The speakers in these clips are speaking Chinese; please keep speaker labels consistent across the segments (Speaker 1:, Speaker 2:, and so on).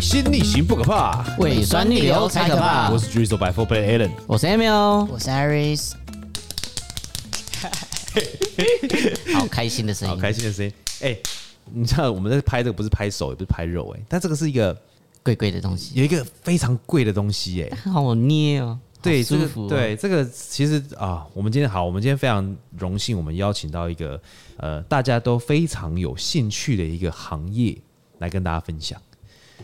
Speaker 1: 心逆行不可怕，
Speaker 2: 胃酸逆流才可怕
Speaker 1: 我。是 Drizzle by Four Play Allen。
Speaker 2: 我是 Emil，
Speaker 3: 我是 Iris，
Speaker 2: 好开心的声
Speaker 1: 好
Speaker 2: 音，
Speaker 1: 开心的声音，哎、你知道我们在拍这个不是拍手，也不是拍肉、哎，但这个是一个
Speaker 2: 贵贵的东西，
Speaker 1: 有一个非常贵的东西、哎，
Speaker 2: 好捏哦，
Speaker 1: 对，
Speaker 2: 好舒服哦。
Speaker 1: 这个对，这个其实啊，我们今天好，我们今天非常荣幸，我们邀请到一个呃大家都非常有兴趣的一个行业来跟大家分享。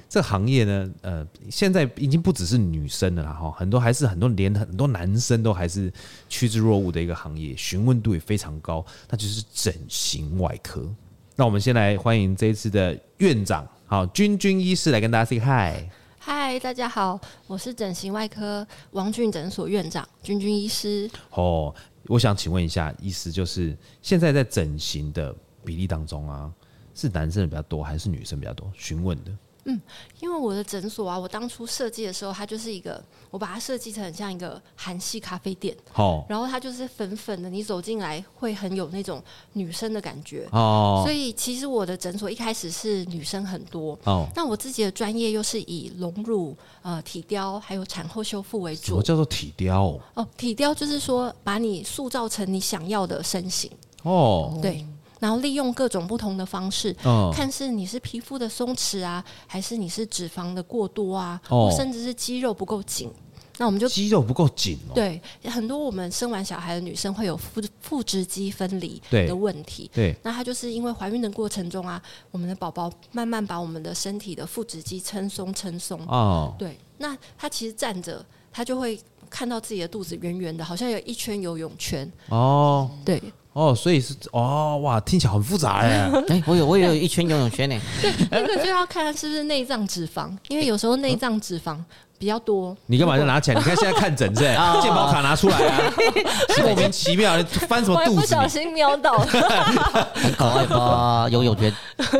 Speaker 1: 这行业呢，呃，现在已经不只是女生了啦，哈，很多还是很多连很多男生都还是趋之若鹜的一个行业，询问度也非常高，那就是整形外科。那我们先来欢迎这一次的院长，好，君君医师来跟大家 say hi。
Speaker 4: 嗨，大家好，我是整形外科王俊诊所院长君君医师。
Speaker 1: 哦，我想请问一下，意思就是现在在整形的比例当中啊，是男生比较多还是女生比较多？询问的
Speaker 4: 因为我的诊所啊，我当初设计的时候，它就是一个，我把它设计成很像一个韩系咖啡店，
Speaker 1: 哦
Speaker 4: 然后它就是粉粉的，你走进来会很有那种女生的感觉。
Speaker 1: 哦
Speaker 4: 所以其实我的诊所一开始是女生很多，
Speaker 1: 哦，
Speaker 4: 那我自己的专业又是以隆乳、呃体雕还有产后修复为
Speaker 1: 什么
Speaker 4: 主。
Speaker 1: 叫做体雕？
Speaker 4: 哦，体雕就是说把你塑造成你想要的身形，
Speaker 1: 哦，
Speaker 4: 对，然后利用各种不同的方式，
Speaker 1: 嗯，
Speaker 4: 看是你是皮肤的松弛啊，还是你是脂肪的过多啊，
Speaker 1: 哦
Speaker 4: 或甚至是肌肉不够紧。那我们就
Speaker 1: 肌肉不够紧哦。
Speaker 4: 对很多我们生完小孩的女生会有腹腹直肌分离
Speaker 1: 对
Speaker 4: 的问题。
Speaker 1: 对
Speaker 4: 那她就是因为怀孕的过程中啊，我们的宝宝慢慢把我们的身体的腹直肌撑松撑松。
Speaker 1: 哦，
Speaker 4: 对，那她其实站着，她就会看到自己的肚子圆圆的，好像有一圈游泳圈。
Speaker 1: 哦
Speaker 4: 对，
Speaker 1: 哦，所以是哦哇，听起来很复杂 哎。
Speaker 2: 哎，我有我有一圈游泳圈呢，
Speaker 4: 那个就要看是不是内脏脂肪，因为有时候内脏脂肪比较多。
Speaker 1: 你干嘛要拿起来？你看现在看诊 是不是
Speaker 4: 哦
Speaker 1: 健保卡拿出来啊，莫名其妙你翻什么
Speaker 4: 我也
Speaker 1: 肚
Speaker 4: 不
Speaker 1: 子？
Speaker 4: 小
Speaker 1: 你
Speaker 4: 心瞄到了，
Speaker 2: 很可爱 吧？啊游泳圈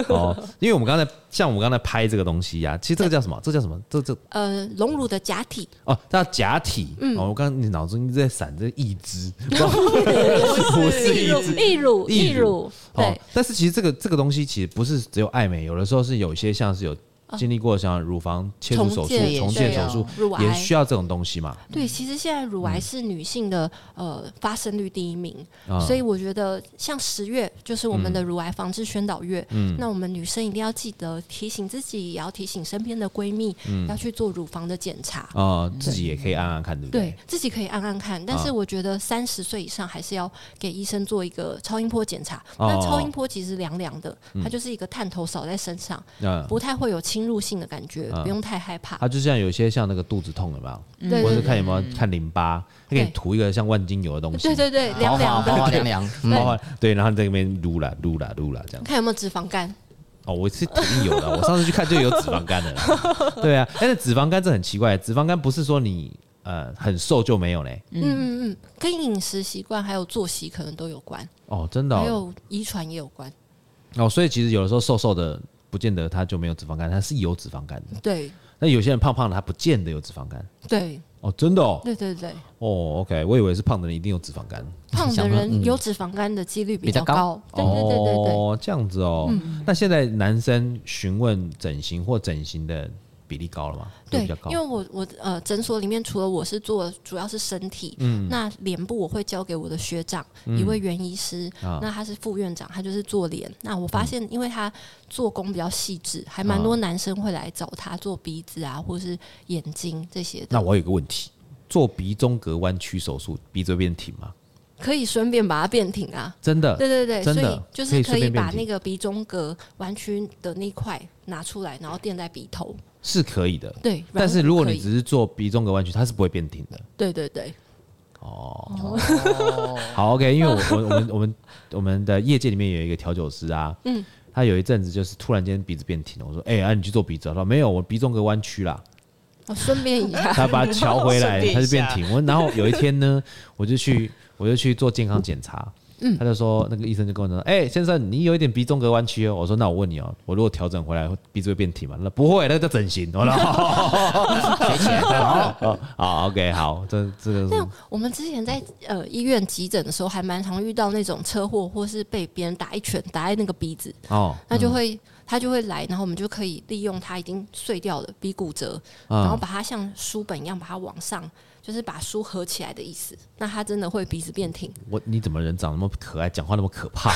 Speaker 1: 哦，因为我们刚才像我们刚才拍这个东西呀，其实这个叫什么？这叫什么？这这
Speaker 4: 呃，隆乳的假 体，
Speaker 1: 哦，它叫假体。
Speaker 4: 嗯
Speaker 1: 哦，我刚刚你脑中一直在闪着义 肢，不是义肢。
Speaker 4: 义乳，
Speaker 1: 义
Speaker 4: 义
Speaker 1: 乳
Speaker 4: 乳，
Speaker 1: 哦
Speaker 4: 对，，
Speaker 1: 但是其实这个这个东西其实不是只有爱美，有的时候是有一些像是有经历过像乳房切除手术、
Speaker 4: 哦重建也
Speaker 1: 重建
Speaker 4: 是
Speaker 1: 手
Speaker 4: 啊
Speaker 1: 术
Speaker 4: 乳癌
Speaker 1: 也需要这种东西嘛。
Speaker 4: 对。其实现在乳癌是女性的呃发生率第一名，
Speaker 1: 嗯啊嗯
Speaker 4: 所以我觉得像十月就是我们的乳癌防治宣导月，那我们女生一定要记得提醒自己，也要提醒身边的闺蜜，
Speaker 1: 嗯
Speaker 4: 要去做乳房的检查。
Speaker 1: 啊，自己也可以按按看，对不
Speaker 4: 对？自己可以按按看，但
Speaker 2: 啊
Speaker 4: 是我觉得三十岁以上还是要给医生做一个超音波检查。
Speaker 1: 哦
Speaker 4: 那超音波其实凉凉的，
Speaker 2: 嗯
Speaker 4: 它就是一个探头扫在身上，
Speaker 1: 嗯，
Speaker 4: 不太会有侵入性的感觉，
Speaker 1: 嗯
Speaker 4: 不用太害怕。
Speaker 2: 啊
Speaker 1: 它就像有些像那个肚子痛有没有？
Speaker 4: 对
Speaker 1: 或者是
Speaker 4: 对嗯
Speaker 1: 看有没有看淋巴，它给你
Speaker 4: 对
Speaker 1: 涂一个像万金油的东西，
Speaker 4: 对对对，
Speaker 2: 好
Speaker 4: 凉
Speaker 2: 好
Speaker 4: 凉
Speaker 2: 好
Speaker 4: 的，
Speaker 2: 好 凉凉，嗯
Speaker 1: 然后对，然后在那边撸啦撸啦撸啦这样。
Speaker 4: 看有没有脂肪肝。
Speaker 1: 哦，我是挺有的，我上次去看就有脂肪肝的啦。对啊，但是脂肪肝这很奇怪，脂肪肝不是说你呃很瘦就没有嘞。
Speaker 4: 嗯嗯嗯，跟饮食习惯还有作息可能都有关，
Speaker 1: 哦，真的
Speaker 4: 还
Speaker 1: 哦
Speaker 4: 有遗传也有关。
Speaker 1: 哦，所以其实有的时候瘦瘦的，不见得他就没有脂肪肝，他是有脂肪肝的。
Speaker 4: 对
Speaker 1: 那有些人胖胖的，他不见得有脂肪肝。
Speaker 4: 对
Speaker 1: 哦，真的哦。
Speaker 4: 对对对，
Speaker 1: 哦，OK，我以为是胖的人一定有脂肪肝。
Speaker 4: 胖的
Speaker 2: 想说嗯
Speaker 4: 人有脂肪肝的几率比较
Speaker 2: 比较
Speaker 4: 高。对对对对嗯对。
Speaker 1: 哦，这样子哦。那现在男生询问整形或整形的比例高了吗？都
Speaker 4: 对
Speaker 1: 比较，高
Speaker 4: 因为。我我呃诊所里面除了我是做主要是身体，
Speaker 1: 嗯
Speaker 4: 那脸部我会交给我的学长、一位袁医师，
Speaker 1: 啊嗯
Speaker 4: 那他是副院长，他就是做脸。那我发现，因为他做工比较细致，
Speaker 1: 啊
Speaker 4: 还蛮多男生会来找他做鼻子啊，或是眼睛这些的，
Speaker 1: 那我有个问题，做鼻中隔弯曲手术，鼻子会变挺吗？
Speaker 4: 可以顺便把它变挺啊。
Speaker 1: 真的？
Speaker 4: 对对对，
Speaker 1: 呃真
Speaker 4: 所
Speaker 1: 的
Speaker 4: 以就
Speaker 1: 可
Speaker 4: 是
Speaker 1: 以顺
Speaker 4: 可以
Speaker 1: 便变
Speaker 4: 把
Speaker 1: 挺
Speaker 4: 那个鼻中隔弯曲的那块拿出来，然后垫在鼻头。
Speaker 1: 是可以的。
Speaker 4: 对，
Speaker 1: 但是如果
Speaker 4: 可
Speaker 1: 你
Speaker 4: 以
Speaker 1: 只是做鼻中隔弯曲，它是不会变挺的。
Speaker 4: 对对对，哦
Speaker 1: 好，OK，因为我我我们我们我们的业界里面有一个调酒师啊，嗯，他有一阵子就是突然间鼻子变挺了，我说，哎、啊，你去做鼻子啊，他说没有，我鼻中隔弯曲啦，
Speaker 4: 哦顺便一下。
Speaker 1: 他把它瞧回来，
Speaker 2: 顺便一
Speaker 1: 他
Speaker 2: 下
Speaker 1: 就变挺。我然后有一天呢，我就去我就去做健康检查，他就说那个医生就跟我说，哎、先生，你有一点鼻中隔弯曲哦。我说那我问你哦，我如果调整回来，鼻子会变挺吗？那不会，那个叫整形。我说学起来，好，好，OK，好，这这个
Speaker 4: 那
Speaker 1: 是
Speaker 4: 种啊我们之前在呃医院急诊的时候，还蛮常遇到那种车祸，或是被别人打一拳打在那个鼻子，
Speaker 1: 哦，
Speaker 4: 那就会、他就会来，然后我们就可以利用它已经碎掉的鼻骨折，
Speaker 1: 嗯
Speaker 4: 然后把它像书本一样把它往上，就是把书合起来的意思。那它真的会鼻子变挺，
Speaker 1: 我你怎么人长那么可爱，讲话那么可怕？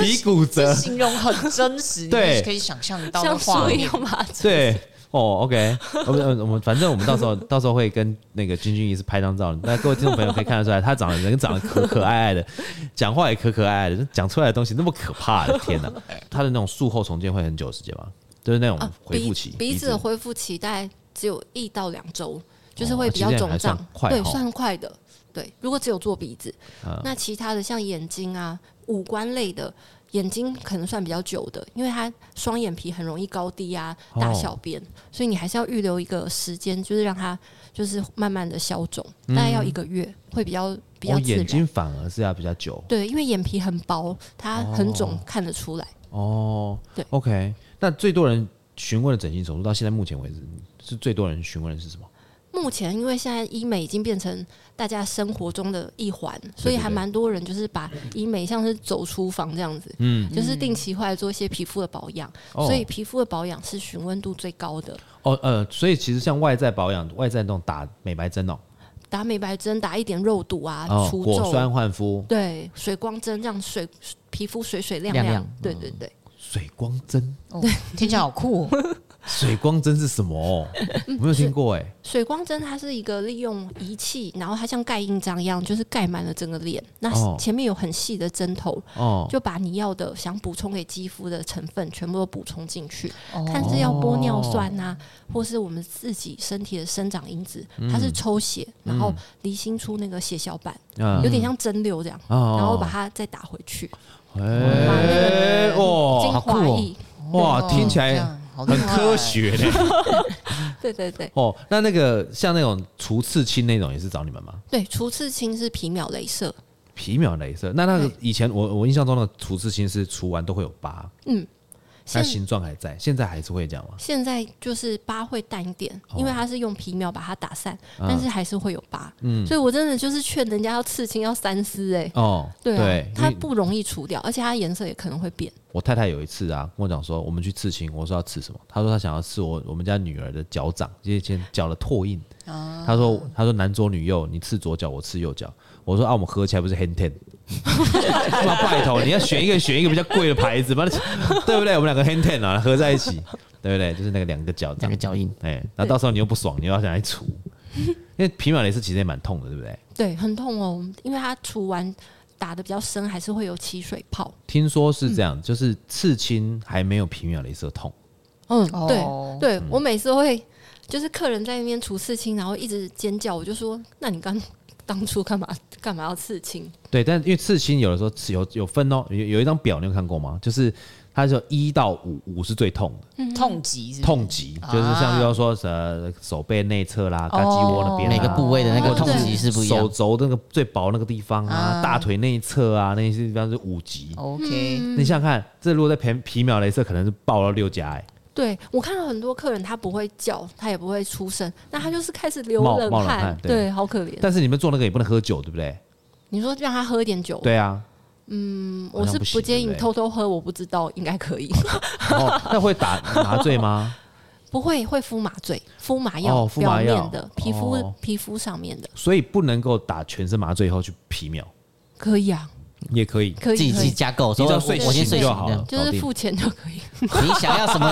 Speaker 1: 鼻骨折
Speaker 3: 这，形容很真实，你
Speaker 1: 对
Speaker 3: 是可以想象得到的
Speaker 4: 像
Speaker 3: 画
Speaker 4: 书一
Speaker 3: 面。
Speaker 4: 样把 它
Speaker 1: 对。哦、o k 我们我们反正我们到 时候到时候会跟那个君君医师拍张照，那各位听众朋友可以看得出来，他长得人长得可可爱爱的，讲话也可可爱爱的，讲出来的东西那么可怕的，天 哪！他的那种术后重建会很久的时间吗？就是那种
Speaker 4: 啊
Speaker 1: 嗯恢复
Speaker 4: 鼻
Speaker 1: 期，
Speaker 4: 鼻子的恢复期大概只有一到两周，就是会比
Speaker 1: 哦其
Speaker 4: 较
Speaker 1: 实也还
Speaker 4: 肿胀
Speaker 1: 算，快
Speaker 4: 对，
Speaker 1: 哈
Speaker 4: 算快的。对，如果只有做鼻子，
Speaker 1: 嗯
Speaker 4: 那其他的像眼睛啊、五官类的，眼睛可能算比较久的，因为它双眼皮很容易高低啊、
Speaker 1: 哦
Speaker 4: 大小便，所以你还是要预留一个时间，就是让它就是慢慢的消肿，大概要一个月，会比较比较
Speaker 1: 我嗯
Speaker 4: 自
Speaker 1: 哦眼睛
Speaker 4: 然。
Speaker 1: 反而是要比较久
Speaker 4: 对，因为眼皮很薄，它很肿，
Speaker 1: 哦
Speaker 4: 看得出来。
Speaker 1: 哦。
Speaker 4: 对
Speaker 1: ，OK，那最多人询问的整形手术到现在目前为止是最多人询问的是什么？
Speaker 4: 目前因为现在医美已经变成大家生活中的一环，所以
Speaker 1: 对
Speaker 4: 还蛮多人就是把医美像是走出房这样子，
Speaker 1: 嗯，
Speaker 4: 就是定期会来做一些皮肤的保养，
Speaker 1: 哦
Speaker 4: 所以皮肤的保养是询问度最高的。
Speaker 1: 哦呃，所以其实像外在保养、外在那种打美白针哦，
Speaker 4: 打美白针，打一点肉毒啊，
Speaker 1: 哦，
Speaker 4: 除
Speaker 1: 果
Speaker 4: 皱，
Speaker 1: 酸焕肤、
Speaker 4: 对，水光针让水皮肤水水亮
Speaker 2: 亮
Speaker 4: 亮，
Speaker 2: 亮
Speaker 4: 对
Speaker 1: 嗯
Speaker 4: 对对，
Speaker 1: 水光针，
Speaker 3: 哦，听起来好酷、哦。
Speaker 1: 水光针是什么哦？
Speaker 4: 嗯
Speaker 1: 我没有听过哎。
Speaker 4: 水光针它是一个利用仪器，然后它像盖印章一样，就是盖满了整个脸，那
Speaker 1: 哦
Speaker 4: 前面有很细的针头，
Speaker 1: 哦，
Speaker 4: 就把你要的想补充给肌肤的成分全部都补充进去，
Speaker 3: 哦
Speaker 4: 看是要玻尿酸呐、或是我们自己身体的生长因子，它是抽血，然后离心出那个血小板，
Speaker 1: 嗯
Speaker 4: 有点像蒸馏这样，
Speaker 1: 哦
Speaker 4: 然后把它再打回去，把那
Speaker 1: 哎
Speaker 4: 个
Speaker 1: 哇，
Speaker 4: 精
Speaker 1: 好酷
Speaker 4: 华
Speaker 1: 哦
Speaker 4: 液，嗯
Speaker 1: 哇，听起
Speaker 3: 哦这
Speaker 1: 来
Speaker 3: 样好
Speaker 1: 很
Speaker 3: 厉害
Speaker 1: 科。学嘞。
Speaker 4: 啊对对对
Speaker 1: 哦，那那个像那种除刺青那种也是找你们吗？
Speaker 4: 对，除刺青是皮秒镭射，
Speaker 1: 皮秒镭射，那那个以前我我印象中的除刺青是除完都会有疤，那
Speaker 4: 现
Speaker 1: 形状还在，现在还是会这样吗？
Speaker 4: 现在就是疤会淡一点，
Speaker 1: 哦
Speaker 4: 因为它是用皮秒把它打散，
Speaker 1: 嗯
Speaker 4: 但是还是会有疤，所以我真的就是劝人家要刺青要三思哎、
Speaker 1: 哦，
Speaker 4: 对啊，
Speaker 1: 因
Speaker 4: 它
Speaker 1: 为
Speaker 4: 不容易除掉，而且它颜色也可能会变。
Speaker 1: 我太太有一次啊，跟我讲说，我们去刺青，我说要刺什么？她说她想要刺我我们家女儿的脚掌，因为以前脚的拓印。她说她说男左女右，你刺左脚，我刺右脚。我说啊，我们合起来不是 hand ten？妈拜托，你要选一个选一个比较贵的牌子，把它对不对？我们两个 hand ten 啊，合在一起，对不对？就是那个两个脚
Speaker 2: 两
Speaker 1: 掌
Speaker 2: 个，脚印，
Speaker 1: 哎，那到时候你又不爽，你又要想来除，因为皮秒雷是其实也蛮痛的，对不对？
Speaker 4: 对，很痛哦，因为它除完打的比较深，还是会有起水泡。
Speaker 1: 听说是这样，就是刺青还没有皮秒雷射痛。
Speaker 4: 嗯，
Speaker 3: 哦
Speaker 4: 对，对我每次会就是客人在那边除刺青，然后一直尖叫，我就说：“那你刚当初干嘛干嘛要刺青
Speaker 1: 对，但因为刺青有的时候刺有有分哦，有有一张表你有看过吗？就是它就一到五，五是最痛的，
Speaker 3: 痛极
Speaker 2: 嗯
Speaker 3: 是不是
Speaker 1: 痛极
Speaker 2: 啊
Speaker 1: 就是像比方说呃手背内侧啦、
Speaker 3: 哦
Speaker 1: 嘎鸡窝那边啦、
Speaker 2: 每个部位的那个
Speaker 4: 哦
Speaker 2: 痛
Speaker 4: 对
Speaker 2: 级是不一
Speaker 1: 手
Speaker 2: 样。
Speaker 1: 肘那个最薄那个地方啊，大腿内侧啊那些地方是五级。
Speaker 2: 哦
Speaker 3: OK，、
Speaker 1: 你想想看，这如果在皮皮秒镭射，可能是爆到六加哎、？”
Speaker 2: 嗯
Speaker 4: 对我看到很多客人他不会叫，他也不会出声，那他就是开始流
Speaker 1: 冒
Speaker 4: 冷
Speaker 1: 冒冷
Speaker 4: 汗
Speaker 1: 汗，对
Speaker 4: 对，好可怜。
Speaker 1: 但是你们做那个也不能喝酒，对不对？
Speaker 4: 你说让他喝一点酒，
Speaker 1: 对 啊，
Speaker 4: 嗯
Speaker 1: 好
Speaker 4: 我
Speaker 1: 像
Speaker 4: 是
Speaker 1: 不
Speaker 4: 不
Speaker 1: 行
Speaker 4: 建
Speaker 1: 对
Speaker 4: 议
Speaker 1: 不
Speaker 4: 你
Speaker 1: 对
Speaker 4: 偷偷喝，我不知道应该可以，
Speaker 1: 哦，那会打麻醉吗？
Speaker 4: 不会会敷麻醉，敷麻药
Speaker 1: 哦敷麻
Speaker 4: 表
Speaker 1: 药
Speaker 4: 面的皮肤、
Speaker 1: 哦
Speaker 4: 皮肤上面的。
Speaker 1: 所以不能够打全身麻醉以后去皮秒，
Speaker 4: 可以啊，
Speaker 1: 也可以。
Speaker 4: 可
Speaker 2: 自己
Speaker 4: 以，可
Speaker 2: 去
Speaker 4: 以，
Speaker 2: 加购，
Speaker 1: 只
Speaker 2: 说
Speaker 1: 要
Speaker 2: 我
Speaker 1: 睡
Speaker 2: 我先
Speaker 1: 醒
Speaker 2: 睡
Speaker 1: 就
Speaker 2: 醒
Speaker 1: 好
Speaker 2: 这
Speaker 1: 了
Speaker 2: 样，
Speaker 4: 就是
Speaker 1: 搞定
Speaker 4: 付钱就可 以。
Speaker 2: 你想要什 么，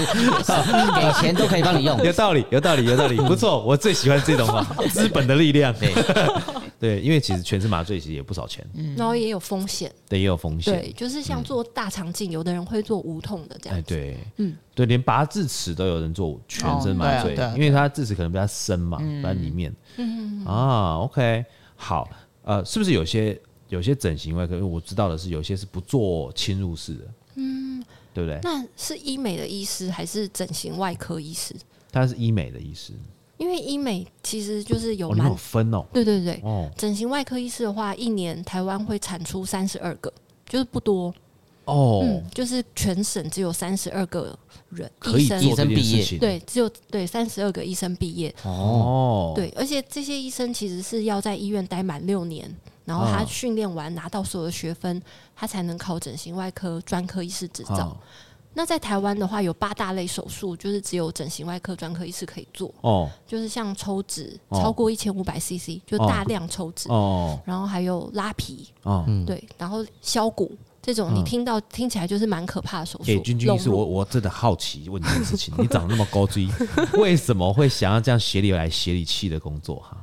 Speaker 2: 给钱都可以帮你用。
Speaker 1: 有道理，有道理，有道理，不错，我最喜欢这种嘛，资本的力量。对， 对，因为其实全身麻醉其实也不少钱，
Speaker 4: 然后也有风险，
Speaker 1: 对，也有风险
Speaker 4: 对，。就是像做大肠镜，有的人会做无痛的这
Speaker 1: 嗯哎，
Speaker 4: 样。
Speaker 1: 对，嗯，对，连拔智齿都有人做全身麻醉
Speaker 3: 哦对啊对啊，
Speaker 1: 因为他智齿可能比较深嘛，在里面。嗯啊，OK，好，呃，是不是有些有些整形外科，因为我知道的是有些是不做侵入式的，嗯，对不对？
Speaker 4: 那是医美的医师还是整形外科医师？
Speaker 1: 他是医美的医师，
Speaker 4: 因为医美其实就是有
Speaker 1: 哦，你们
Speaker 4: 蛮
Speaker 1: 有分哦，
Speaker 4: 对对对，
Speaker 1: 哦
Speaker 4: 整形外科医师的话，一年台湾会产出三十二个，就是不多，
Speaker 1: 哦，
Speaker 4: 嗯，就是全省只有三十二个人
Speaker 1: 可以
Speaker 4: 生
Speaker 1: 做这件事
Speaker 2: 医
Speaker 1: 情，
Speaker 4: 对，只有对三十二个医生毕业，
Speaker 2: 哦，
Speaker 1: 哦，
Speaker 4: 对，而且这些医生其实是要在医院待满六年，然后他
Speaker 1: 嗯
Speaker 4: 训练完拿到所有的学分，他才能考整形外科专科医师执照。
Speaker 1: 啊，
Speaker 4: 那在台湾的话，有八大类手术，就是只有整形外科专科医师可以做，
Speaker 1: 哦
Speaker 4: 就是像抽脂，
Speaker 1: 哦
Speaker 4: 超过一千五百 CC 就大量抽脂，
Speaker 1: 哦
Speaker 4: 然后还有拉皮，
Speaker 1: 哦，
Speaker 2: 嗯，
Speaker 4: 对，然后削骨这种，你
Speaker 1: 嗯
Speaker 4: 听到、听起来就是蛮可怕的手术。
Speaker 1: 给哎君君医师，
Speaker 4: 隆
Speaker 1: 我
Speaker 4: 乳
Speaker 1: 我真的好奇问你一件事情，你长那么高追，为什么会想要这样协理来协理气的工作哈？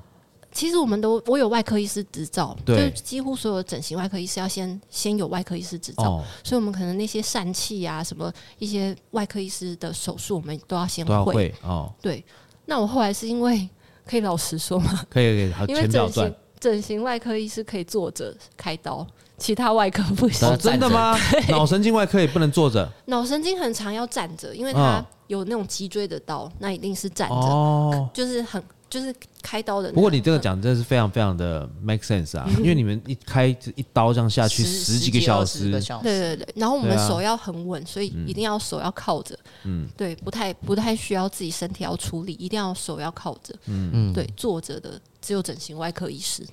Speaker 4: 其实我们都我有外科医师执照，就
Speaker 1: 对
Speaker 4: 是几乎所有整形外科医师要先先有外科医师执照，
Speaker 1: 哦，
Speaker 4: 所以我们可能那些疝气啊，什么一些外科医师的手术，我们都要先
Speaker 1: 都要会哦，
Speaker 4: 对，那我后来是因为可以老实说嘛，
Speaker 1: 可以可以，好，
Speaker 4: 因为
Speaker 1: 啊前
Speaker 4: 整
Speaker 1: 表段哦
Speaker 4: 形。整形外科医师可以坐着开刀，其他外科不行。
Speaker 1: 哦，真的吗？脑神经外科也不能坐着
Speaker 4: 脑神经很常要站着，因为它
Speaker 1: 嗯
Speaker 4: 有那种脊椎的刀，那一定是站着，
Speaker 1: 哦。
Speaker 4: 就是很就是开刀的那种。
Speaker 1: 不过你这个讲真的是非常非常的 make sense 啊，因为你们一开一刀这样下去十几个小
Speaker 3: 十
Speaker 1: 时
Speaker 3: 个，小时，
Speaker 4: 对对对，然后我们
Speaker 1: 对啊嗯
Speaker 4: 手要很稳，所以一定要手要靠着。嗯，对，不太不太需要自己身体要处理，一定要手要靠着。嗯，对，坐着的只有整形外科医师。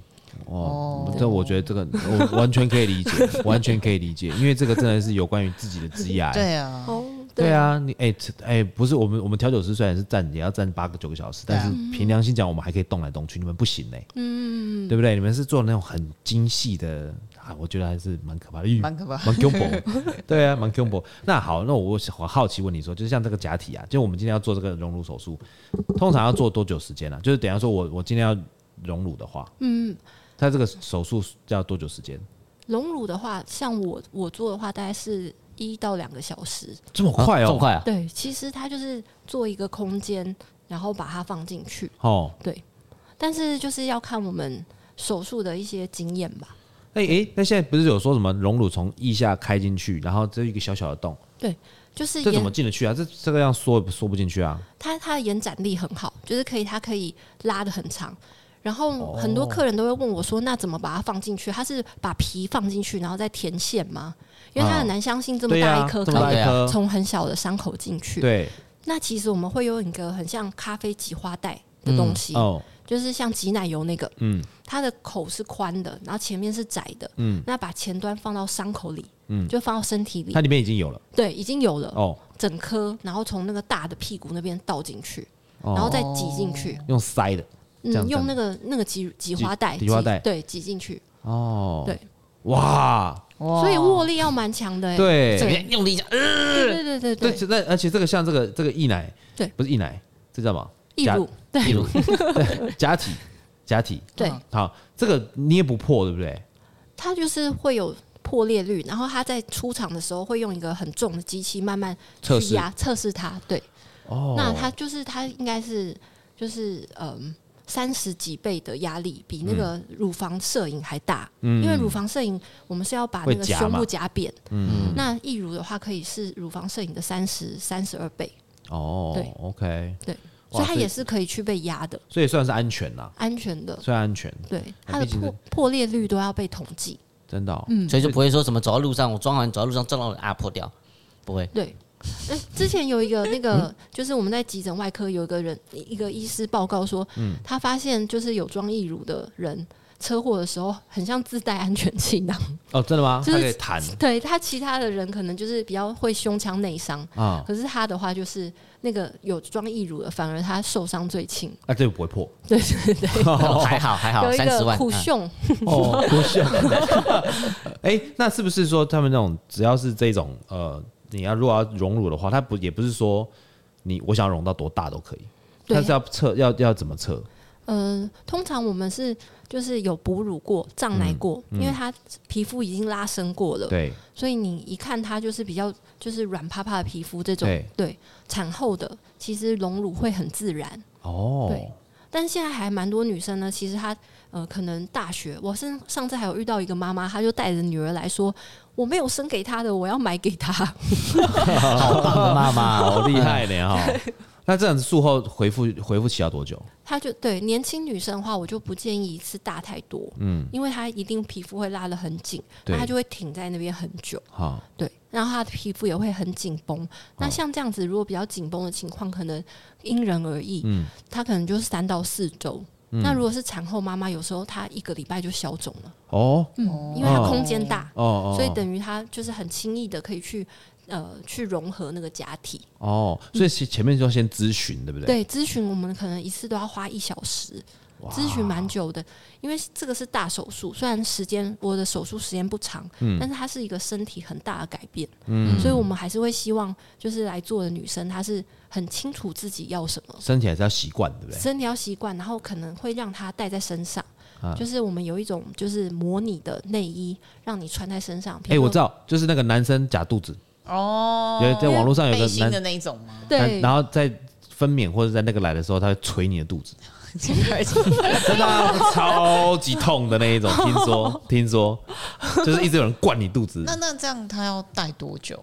Speaker 1: 哦，这我觉得这个我完全可以理解，完全可以理解，因为这个真的是有关于自己的职业。
Speaker 3: 对啊，
Speaker 4: 哦，
Speaker 1: 对，啊，你哎这哎、不是我们我们调酒师虽然是站也要站八个九个小时，
Speaker 3: 对
Speaker 1: 但
Speaker 3: 啊
Speaker 1: 是凭良心讲，我们还可以动来动去，你们不行嘞、嗯，对不对？你们是做那种很精细的啊，我觉得还是蛮可怕的，哎
Speaker 3: 蛮可怕
Speaker 1: 蛮 combo，对啊，蛮 combo。那好，那我我好奇问你说，就是像这个假体啊，就我们今天要做这个隆乳手术，通常要做多久时间呢、啊？就是等一下说我我今天要隆乳的话，嗯，它这个手术要多久时间？
Speaker 4: 隆乳的话，像我我做的话，大概是一到两个小时。
Speaker 1: 这么快
Speaker 2: 啊
Speaker 1: 哦，
Speaker 2: 这么快啊？
Speaker 4: 对，其实它就是做一个空间，然后把它放进去，
Speaker 1: 哦，
Speaker 4: 但是就是要看我们手术的一些经验吧。
Speaker 1: 那哎诶、那现在不是有说什么隆乳从腋下开进去，然后这一个小小的洞，
Speaker 4: 就是
Speaker 1: 这怎么
Speaker 4: 延
Speaker 1: 进得去啊？这这个样缩也不缩不进去啊？
Speaker 4: 它它的延展力很好，就是可以它可以拉的很长。然
Speaker 1: 哦
Speaker 4: 后很多客人都会问我说：“那怎么把它放进去？它是把皮放进去，然后再填线吗？”因为它很难相信这
Speaker 1: 啊
Speaker 4: 么
Speaker 1: 对
Speaker 4: 大
Speaker 1: 呀、
Speaker 4: 一颗
Speaker 1: 这
Speaker 4: 可
Speaker 1: 么大
Speaker 4: 以
Speaker 1: 一颗，
Speaker 4: 从很小的伤口进去。
Speaker 1: 对
Speaker 4: 那其实我们会用一个很像咖啡挤花袋的东西，
Speaker 1: 哦，
Speaker 4: 就是像挤奶油那个，
Speaker 1: 嗯
Speaker 4: 它的口是宽的，然后前面是窄的，
Speaker 1: 嗯，
Speaker 4: 那把前端放到伤口里，
Speaker 1: 嗯
Speaker 4: 就放到身体里
Speaker 1: 它，里面已经有了
Speaker 4: 对，已经有了、
Speaker 1: 哦，
Speaker 4: 整颗，然后从那个大的屁股那边倒进去，
Speaker 1: 哦
Speaker 4: 然后再挤进去，
Speaker 1: 用塞的这样
Speaker 4: 嗯，
Speaker 1: 子
Speaker 4: 用那个那个挤挤花袋，
Speaker 1: 挤挤花袋
Speaker 4: 对，挤进去，
Speaker 1: 哦，
Speaker 4: 对，
Speaker 1: 哇，
Speaker 3: 所
Speaker 4: 所以握力要蛮强的、欸，
Speaker 1: 对
Speaker 4: 对
Speaker 2: 别用力一下，呃
Speaker 4: 对对对对
Speaker 1: 对
Speaker 4: 对，，
Speaker 1: 那而且这个像这个这个溢奶，
Speaker 4: 对
Speaker 1: 不是溢奶，这叫什么？
Speaker 4: 义乳，对
Speaker 1: 溢乳， 对假体，假体，
Speaker 4: 对，
Speaker 1: 好，这个捏不破，对不对？
Speaker 4: 它就是会有破裂率，然后它在出厂的时候会用一个很重的机器慢慢
Speaker 1: 测
Speaker 4: 去
Speaker 1: 试
Speaker 4: 压测试它。对，
Speaker 1: 哦，
Speaker 4: 那它就是它应该是就是嗯三十几倍的压力，比那
Speaker 1: 嗯
Speaker 4: 个乳房摄影还大。因为乳房摄影我们是要把那
Speaker 1: 会
Speaker 4: 个
Speaker 1: 夹
Speaker 4: 胸
Speaker 1: 嘛嗯
Speaker 4: 部夹扁，那义乳的话可以是乳房摄影的三十三十二倍，
Speaker 1: 哦
Speaker 4: 对
Speaker 1: ，OK，
Speaker 4: 对，
Speaker 1: 哇
Speaker 4: 所以它
Speaker 1: 所以
Speaker 4: 也是可以去被压的，
Speaker 1: 所以算是安全啦，
Speaker 4: 安全的。
Speaker 1: 算安全，
Speaker 4: 对，
Speaker 1: 那
Speaker 4: 它的
Speaker 1: 毕竟
Speaker 4: 破
Speaker 1: 是
Speaker 4: 破裂率都要被统计。
Speaker 1: 真的哦、
Speaker 4: 嗯
Speaker 2: 所以就不会说什么走在路上，我装完走在路上撞到人啊破掉，不会。
Speaker 4: 对，哎、之前有一个那个，就是我们在急诊外科有一个人，一个医师报告说，他发现就是有装义乳的人。车祸的时候很像自带安全气囊，
Speaker 1: 哦，真的吗？
Speaker 4: 就是
Speaker 1: 它可以弹
Speaker 4: 对他其他的人可能就是比较会胸腔内伤，
Speaker 1: 啊，
Speaker 4: 可是他的话就是那个有装义乳的，反而他受伤最轻。
Speaker 1: 啊，这个不会 破
Speaker 4: 对对对，
Speaker 2: 哦还 好还好，
Speaker 4: 有一
Speaker 2: 三十
Speaker 4: 个
Speaker 2: 万。
Speaker 4: 苦
Speaker 2: 嗯
Speaker 4: 胸，
Speaker 1: 哦，不是。
Speaker 4: 啊
Speaker 1: 哎，那是不是说他们那种只要是这种呃，你要如果要荣辱的话，它不也不是说你我想容到多大都可以，
Speaker 4: 对
Speaker 1: 它是要测要要怎么测？
Speaker 4: 嗯，通常我们是就是有哺乳过、胀奶过，因为他皮肤已经拉伸过
Speaker 1: 嗯
Speaker 4: 了，
Speaker 1: 对，
Speaker 4: 所以你一看它就是比较就是软趴趴的皮肤这种，
Speaker 1: 对
Speaker 4: 产后的其实隆乳会很自然，
Speaker 1: 哦，
Speaker 4: 对但现在还蛮多女生呢，其实她呃可能大学，我甚上次还有遇到一个妈妈，她就带着女儿来说，我没有生给他的，我要买给 他。
Speaker 2: 好棒的妈妈哦，
Speaker 1: 好厉害呢哈。 那这样子术后回复回复期要多久？
Speaker 4: 他就对年轻女生的话，我就不建议一次大太多，
Speaker 1: 嗯，
Speaker 4: 因为她一定皮肤会拉得很紧，
Speaker 1: 对
Speaker 4: 那啊她就会挺在那边很久。
Speaker 1: 好，
Speaker 4: 对，然后他的皮肤也会很紧绷。
Speaker 1: 哦
Speaker 4: 那像这样子，如果比较紧绷的情况，可能因人而异。
Speaker 1: 嗯
Speaker 4: 它可能就是三到四周。那如果是产后妈妈，有时候她一个礼拜就消肿了，
Speaker 1: 哦
Speaker 3: 嗯
Speaker 4: 因为她
Speaker 1: 哦
Speaker 4: 空间大，
Speaker 1: 哦哦，
Speaker 4: 所以等于她就是很轻易的可以去呃去融合那个假体。
Speaker 1: 哦，所以其前面就要先咨询，对不对？
Speaker 4: 对，咨询我们可能一次都要花一小时，
Speaker 1: 哇
Speaker 4: 咨询蛮久的，因为这个是大手术，虽然时间我的手术时间不长，但是它是一个身体很大的改变，
Speaker 1: 嗯
Speaker 4: 所以我们还是会希望就是来做的女生，她是很清楚自己要什么。
Speaker 1: 身体还是要习惯，对不对？
Speaker 4: 身体要习惯，然后可能会让她带在身上，
Speaker 1: 啊
Speaker 4: 就是我们有一种就是模拟的内衣，让你穿在身上。
Speaker 1: 哎，我知
Speaker 4: 道，
Speaker 1: 道，就是那个男生假肚子，
Speaker 3: 哦，
Speaker 1: 有在网络上有
Speaker 3: 背
Speaker 1: 个
Speaker 3: 心
Speaker 1: 男
Speaker 3: 的那一种 吗？
Speaker 4: 对，
Speaker 1: 然后在分娩或者在那个来的时候，他会捶你的肚 子，真的啊、超级痛的那一种。听 说，听说，就是一直有人灌你肚子
Speaker 3: 那。那这样他要戴多久？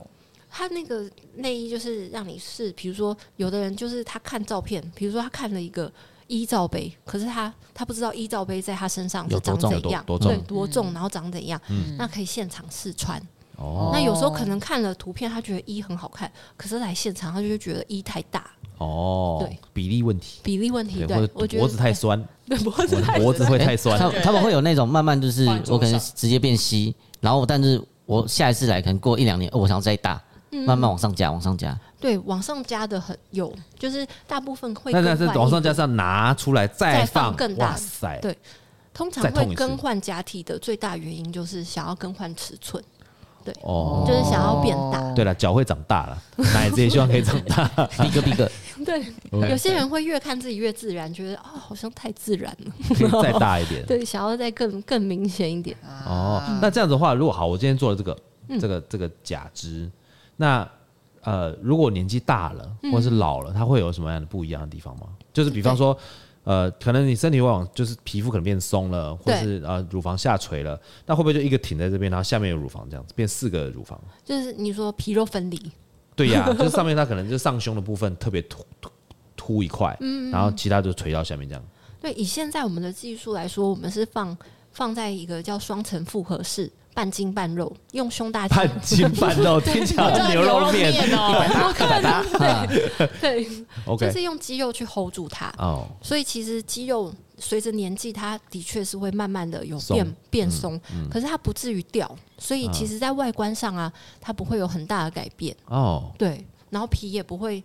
Speaker 4: 他那个内衣就是让你试，比如说有的人就是他看照片，比如说他看了一个一罩杯，可是他他不知道一罩杯在他身上是
Speaker 1: 有多
Speaker 4: 长
Speaker 1: 重
Speaker 4: 怎样，
Speaker 1: 有多多重嗯
Speaker 4: 对，多重，然后长怎样，那可以现场试穿。
Speaker 1: 哦
Speaker 4: 那有时候可能看了图片，他觉得一很好看，可是来现场他就会觉得一太大，
Speaker 1: 哦，
Speaker 4: 对，
Speaker 1: 比例问题，
Speaker 4: 比例问题。
Speaker 1: 或
Speaker 4: 对，我
Speaker 1: 者
Speaker 4: 觉得
Speaker 1: 脖子太酸，
Speaker 4: 对 脖子
Speaker 1: 我的脖子会太
Speaker 2: 他
Speaker 1: 酸。
Speaker 2: 他们会有那种慢慢就是
Speaker 3: 放桌
Speaker 2: 我可能
Speaker 3: 上
Speaker 2: 直接变稀，然后但是我下一次来可能过一两年，哦我想要再大，
Speaker 4: 嗯
Speaker 2: 慢慢往上加，往上 加。
Speaker 4: 对往上加的很有，就是大部分会
Speaker 1: 那那
Speaker 4: 更
Speaker 1: 这
Speaker 4: 换一
Speaker 1: 往上
Speaker 4: 个
Speaker 1: 加上拿出来再
Speaker 4: 再放
Speaker 1: 放，
Speaker 4: 更大
Speaker 1: 哇塞！
Speaker 4: 对通常
Speaker 1: 再痛一
Speaker 4: 会
Speaker 1: 次
Speaker 4: 更换假体的最大原因就是想要更换尺寸，
Speaker 1: 哦，
Speaker 4: 就是想要变大。
Speaker 3: 哦
Speaker 1: 对了，脚会长大 了，奶子也希望可以长大。
Speaker 2: 逼格逼格，
Speaker 4: 对，
Speaker 1: 嗯
Speaker 4: 有些人会越看自己越自然，觉得哦，好像太自然了。
Speaker 1: 可以再大一 点。
Speaker 4: 对，想要再更更明显一点。
Speaker 1: 哦，那这样子的话，如果好，我今天做了这个、这个这个假肢，那呃，如果年纪大了或是老了，它会有什么样的不一样的地方吗？就是比方说。呃，可能你身体往就是皮肤可能变松了，或
Speaker 4: 对
Speaker 1: 是呃乳房下垂了，那会不会就一个挺在这边，然后下面有乳房这样子，变四个乳房？
Speaker 4: 就是你说皮肉分离，
Speaker 1: 对呀、就是上面它可能就上胸的部分特别凸凸凸一块，然后其他就垂到下面这样。
Speaker 4: 对，以现在我们的技术来说，我们是放放在一个叫双层复合式，半筋半肉，用胸大肌。
Speaker 1: 半斤半肉，听起来好像牛肉面。
Speaker 3: 哦，
Speaker 2: 打打打，啊
Speaker 4: 对，就
Speaker 1: OK，
Speaker 4: 是用肌肉去 hold 住它。
Speaker 1: 哦，
Speaker 4: 所以其实肌肉随着年纪，它的确是会慢慢的有
Speaker 1: 松嗯
Speaker 4: 变变松，可是它不至于掉。所以其实，在外观上啊，它不会有很大的改变。
Speaker 1: 哦，
Speaker 4: 对，然后皮也不会，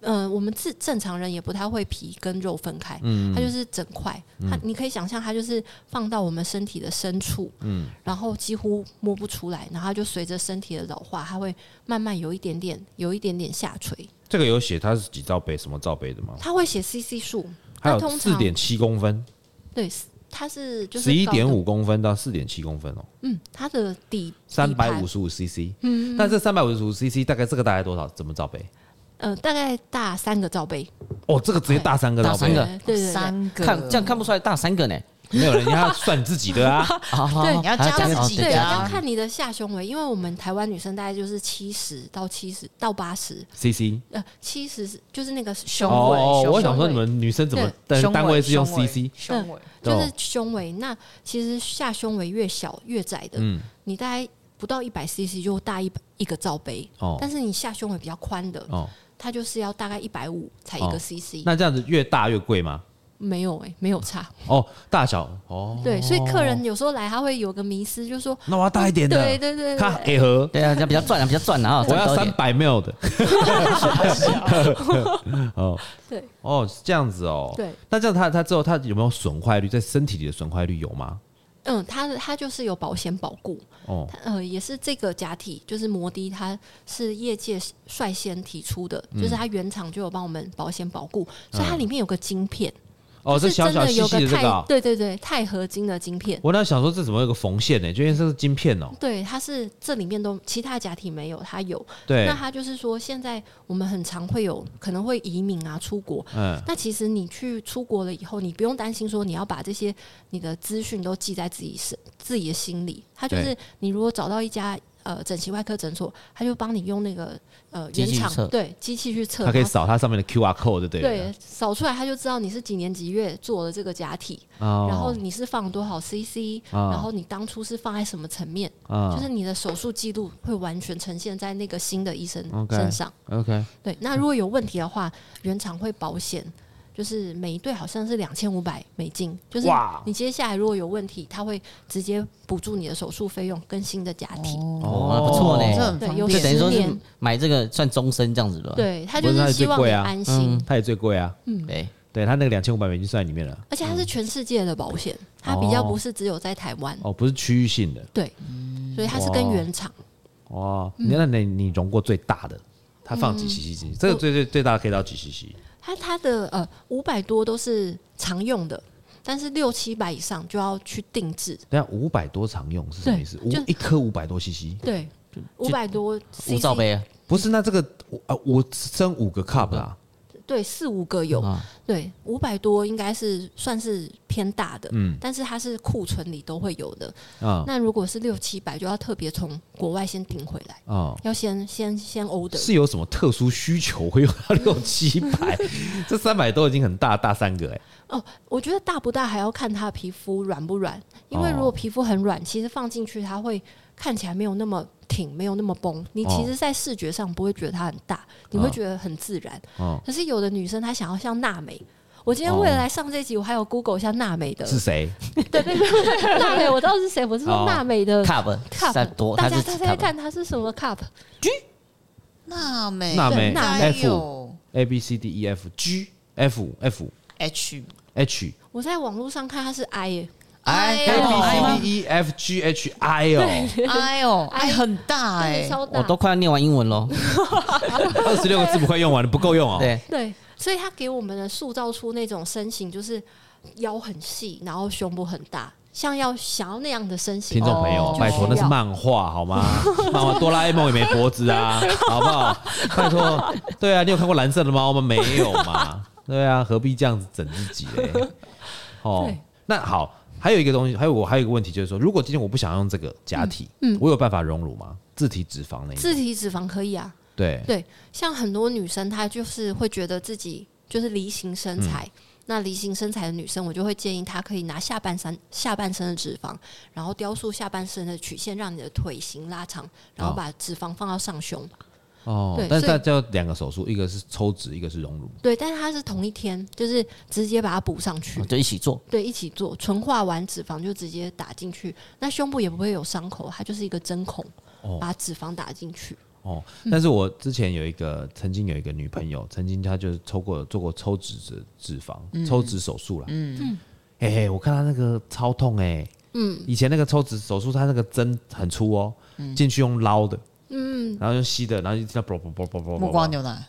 Speaker 4: 嗯，我们自正常人也不太会皮跟肉分开，
Speaker 1: 嗯
Speaker 4: 它就是整块，它你可以想象它就是放到我们身体的深处，嗯，然后几乎摸不出来，然后它就随着身体的老化，它会慢慢有一点点，有一点点下垂，
Speaker 1: 这个有写它是几罩杯、什么罩杯的吗？
Speaker 4: 它会写 CC 数，
Speaker 1: 还
Speaker 4: 那
Speaker 1: 有
Speaker 4: 通
Speaker 1: 四
Speaker 4: 常
Speaker 1: 点七公分，
Speaker 4: 对，它是就是
Speaker 1: 十一
Speaker 4: 高的
Speaker 1: 点，五公分到四点七公分哦，
Speaker 4: 嗯，它的底
Speaker 1: 三百五，
Speaker 4: 底盘
Speaker 1: 十五 CC。嗯，那这三百五十五 CC 大概这个大概多少？怎么罩杯？
Speaker 4: 呃，大概大三个罩杯，
Speaker 1: 哦，这个直接大三个罩
Speaker 2: 大三
Speaker 1: 杯
Speaker 2: 个，
Speaker 4: 对对对，
Speaker 3: 哦三个，
Speaker 2: 看这样看不出来大三个呢。
Speaker 1: 没有人家算自己的啊。
Speaker 2: 好好
Speaker 4: 对
Speaker 2: 好
Speaker 4: 你
Speaker 3: 要
Speaker 2: 还
Speaker 3: 加
Speaker 2: 讲
Speaker 3: 自
Speaker 2: 哦
Speaker 3: 己
Speaker 2: 对
Speaker 4: 对，
Speaker 3: 的
Speaker 2: 加
Speaker 3: 啊
Speaker 4: 要看你的下胸围，因为我们台湾女生大概就是七十到七十到八十，
Speaker 1: CC
Speaker 4: 呃，七十就是那个胸
Speaker 3: 胸围
Speaker 1: 哦，
Speaker 3: 胸
Speaker 1: 我想
Speaker 3: 围
Speaker 1: 说你们女生怎么单
Speaker 3: 胸围
Speaker 1: 单位是用
Speaker 3: 胸围
Speaker 1: CC？
Speaker 3: 胸围，
Speaker 1: 哦
Speaker 4: 就是胸围。那其实下胸围越小越窄的，
Speaker 1: 嗯
Speaker 4: 你大概不到一百 CC 就大一一个罩杯，
Speaker 1: 哦
Speaker 4: 但是你下胸围比较宽的，
Speaker 1: 哦，
Speaker 4: 它就是要大概一百五才一
Speaker 1: 哦
Speaker 4: 个 CC，、
Speaker 1: 那这样子越大越贵吗？
Speaker 4: 没有哎、没有差。
Speaker 1: 哦，大小哦，
Speaker 4: 对，所以客人有时候来，他会有个迷思，就说哦
Speaker 1: 那我要大一点的，
Speaker 4: 对对对
Speaker 1: 看
Speaker 4: 对，
Speaker 1: A 盒，
Speaker 2: 对啊，这样比较赚啊，比较赚啊，
Speaker 1: 我要
Speaker 2: 赚高一
Speaker 1: 三
Speaker 2: 点
Speaker 1: 百 ml 的。 哦，
Speaker 4: 对
Speaker 1: 哦，是这样子哦。
Speaker 4: 对，
Speaker 1: 那这样他他之后他有没有损坏率？在身体里的损坏率有吗？
Speaker 4: 嗯，它的它就是有保险保固，
Speaker 1: 哦，
Speaker 4: 呃，也是这个假体，就是摩的，它是业界率
Speaker 1: 嗯
Speaker 4: 先提出的，就是它原厂就有帮我们保险保固，所以它里面有个晶片，
Speaker 1: 哦，
Speaker 4: 就
Speaker 1: 这
Speaker 4: 是
Speaker 1: 小
Speaker 4: 真
Speaker 1: 小
Speaker 4: 的
Speaker 1: 细
Speaker 4: 有
Speaker 1: 细
Speaker 4: 个
Speaker 1: 的这
Speaker 4: 钛，
Speaker 1: 个哦，
Speaker 4: 对对对，钛合金的晶片。
Speaker 1: 我那想说这怎么有个缝线呢？就因为这是晶片哦，
Speaker 4: 对，它是这里面都其他假体没有，它有。
Speaker 1: 对
Speaker 4: 那，它就是说，现在我们很常会有可能会移民啊，出国。
Speaker 1: 嗯，
Speaker 4: 那其实你去出国了以后，你不用担心说你要把这些你的资讯都记在自己身自己的心里。它就是你如果找到一家呃整形外科诊所，他就帮你用那个呃
Speaker 2: 机
Speaker 4: 原
Speaker 2: 器去
Speaker 4: 厂
Speaker 2: 测
Speaker 4: 对机器去测，
Speaker 1: 它可以
Speaker 4: 然后
Speaker 1: 扫它上面的 QR code，对不对？
Speaker 4: 对，扫出来，他就知道你是几年几月做的这个假体，
Speaker 1: 哦，
Speaker 4: 然后你是放多少 CC，、
Speaker 1: 啊
Speaker 4: 然后你当初是放在什么层面，
Speaker 1: 啊
Speaker 4: 就是你的手术记录会完全呈现在那个新的医生
Speaker 1: 哦 OK
Speaker 4: 身上。
Speaker 1: OK，
Speaker 4: 对，那如果有问题的话，原厂会保险，就是每一对好像是两千五百美金，就是
Speaker 1: 哇
Speaker 4: 你接下来如果有问题，他会直接补助你的手术费用跟新的假体。
Speaker 2: 哦不错
Speaker 3: 这
Speaker 2: 呢
Speaker 3: 很
Speaker 4: 对
Speaker 3: 方
Speaker 4: 有
Speaker 2: 这
Speaker 3: 便。
Speaker 2: 等于说
Speaker 4: 十
Speaker 2: 是
Speaker 4: 年
Speaker 2: 买这个算终身这样子了。
Speaker 4: 对他
Speaker 1: 不
Speaker 4: 就是
Speaker 1: 它
Speaker 4: 是
Speaker 1: 也
Speaker 4: 希望
Speaker 1: 最
Speaker 4: 你
Speaker 1: 贵啊
Speaker 4: 安心，
Speaker 2: 嗯
Speaker 1: 它也最贵啊，
Speaker 2: 对，
Speaker 1: 对，它那个两千五百美金算在里面了，
Speaker 4: 而且它是全世界的保险，它比较
Speaker 1: 嗯哦
Speaker 4: 不是只有在台湾。
Speaker 1: 哦，不是区域性的，
Speaker 4: 对，所以它是跟原厂，
Speaker 1: 哦，你那你你容过最大的，它放
Speaker 4: 嗯
Speaker 1: 几 cc 进去？这个最最最大的可以到几 cc？
Speaker 4: 它它的呃五百多都是常用的，但是六七百以上就要去定制。
Speaker 1: 等下五百多常用是什么意思？五
Speaker 4: 对就
Speaker 1: 一颗五百多 cc，
Speaker 4: 对，五百多 CC,
Speaker 2: 无罩杯啊，
Speaker 1: 不是？那这个啊，我升五个 cup 啦，
Speaker 4: 对四五个有，
Speaker 2: 啊
Speaker 4: 对五百多应该是算是偏大的，嗯，但是它是库存里都会有的。
Speaker 1: 啊
Speaker 4: 那如果是六七百，就要特别从国外先订回来，
Speaker 1: 啊。
Speaker 4: 要先先先 order。
Speaker 1: 是有什么特殊需求会用到六七百？ 这三百都已经很大，大三个哎、
Speaker 4: 哦，我觉得大不大还要看它皮肤软不软，因为
Speaker 1: 哦
Speaker 4: 如果皮肤很软，其实放进去它会看起来没有那么挺，没有那么绷。你
Speaker 1: 哦
Speaker 4: 其实，在视觉上不会觉得它很大，你会觉得很自然。
Speaker 1: 哦
Speaker 4: 可是有的女生她想要像娜美。我今天为了来上这集，我还有 Google 一下娜美的
Speaker 1: 是谁？
Speaker 4: 娜美，我知道是谁，我是
Speaker 1: 哦
Speaker 4: 说娜美的
Speaker 2: cup 算
Speaker 4: cup，
Speaker 2: 多，
Speaker 4: 大
Speaker 2: 它
Speaker 4: 家
Speaker 2: 是
Speaker 4: 猜
Speaker 2: cup
Speaker 4: 猜看它是什么 cup？
Speaker 3: 娜美，
Speaker 1: 娜
Speaker 4: 美
Speaker 3: 应该
Speaker 1: F
Speaker 3: 有
Speaker 1: A B C D E F G F F
Speaker 3: H
Speaker 1: H
Speaker 4: 我在网络上看它是 I，耶
Speaker 3: I
Speaker 1: A B C
Speaker 3: O
Speaker 1: D E F G H I 哦，
Speaker 3: I O I 很大
Speaker 4: 对
Speaker 3: 哎，
Speaker 4: 超
Speaker 2: 我
Speaker 4: 大，
Speaker 2: 都快要念完英文喽。
Speaker 1: 二十六个字母快用完了，不够用哦。
Speaker 2: 对，
Speaker 4: 对，所以它给我们的塑造出那种身形，就是腰很细，然后胸部很大，像要想要那样的身形
Speaker 1: 听。众朋友
Speaker 3: 哦，
Speaker 1: 拜托，那是漫画好吗？ 漫画哆啦 A 梦也没脖子 啊，好不好？拜托，对啊，你有看过蓝色的猫吗？没有 嘛？对啊，何必这样子整自己嘞？哦
Speaker 4: 对，
Speaker 1: 那好，还有一个东西，还有我还有一个问题就是说，如果今天我不想用这个假体，
Speaker 4: 嗯
Speaker 1: 我有办法溶乳吗？自体脂肪那一种
Speaker 4: 自体脂肪可以啊，
Speaker 1: 对
Speaker 4: 对，像很多女生她就是会觉得自己就是梨形身材。
Speaker 2: 嗯
Speaker 4: 那梨形身材的女生，我就会建议她可以拿下半身下半身的脂肪，然后雕塑下半身的曲线，让你的腿型拉长，然后
Speaker 1: 哦
Speaker 4: 把脂肪放到上胸。
Speaker 1: 哦
Speaker 4: 对，
Speaker 1: 但是
Speaker 4: 所
Speaker 1: 它
Speaker 4: 以
Speaker 1: 叫两个手术，一个是抽脂，一个是溶乳。
Speaker 4: 对，但是它是同一天，就是直接把它补上
Speaker 1: 哦
Speaker 4: 去。
Speaker 2: 我就一起做。
Speaker 4: 对，一起做，纯化完脂肪就直接打进去，那胸部也不会有伤口，它就是一个针孔，
Speaker 1: 哦
Speaker 4: 把脂肪打进去。
Speaker 1: 哦，但是我之前有一个曾经有一个女朋友，曾经她就是抽过做过抽脂脂脂肪、抽脂手术啦。嗯哎、我看她那个超痛哎、嗯，以前那个抽脂手术，她那个针很粗哦，进去用捞的，嗯，然后用吸的，然后就听到啵啵啵啵啵啵
Speaker 3: 木瓜牛奶，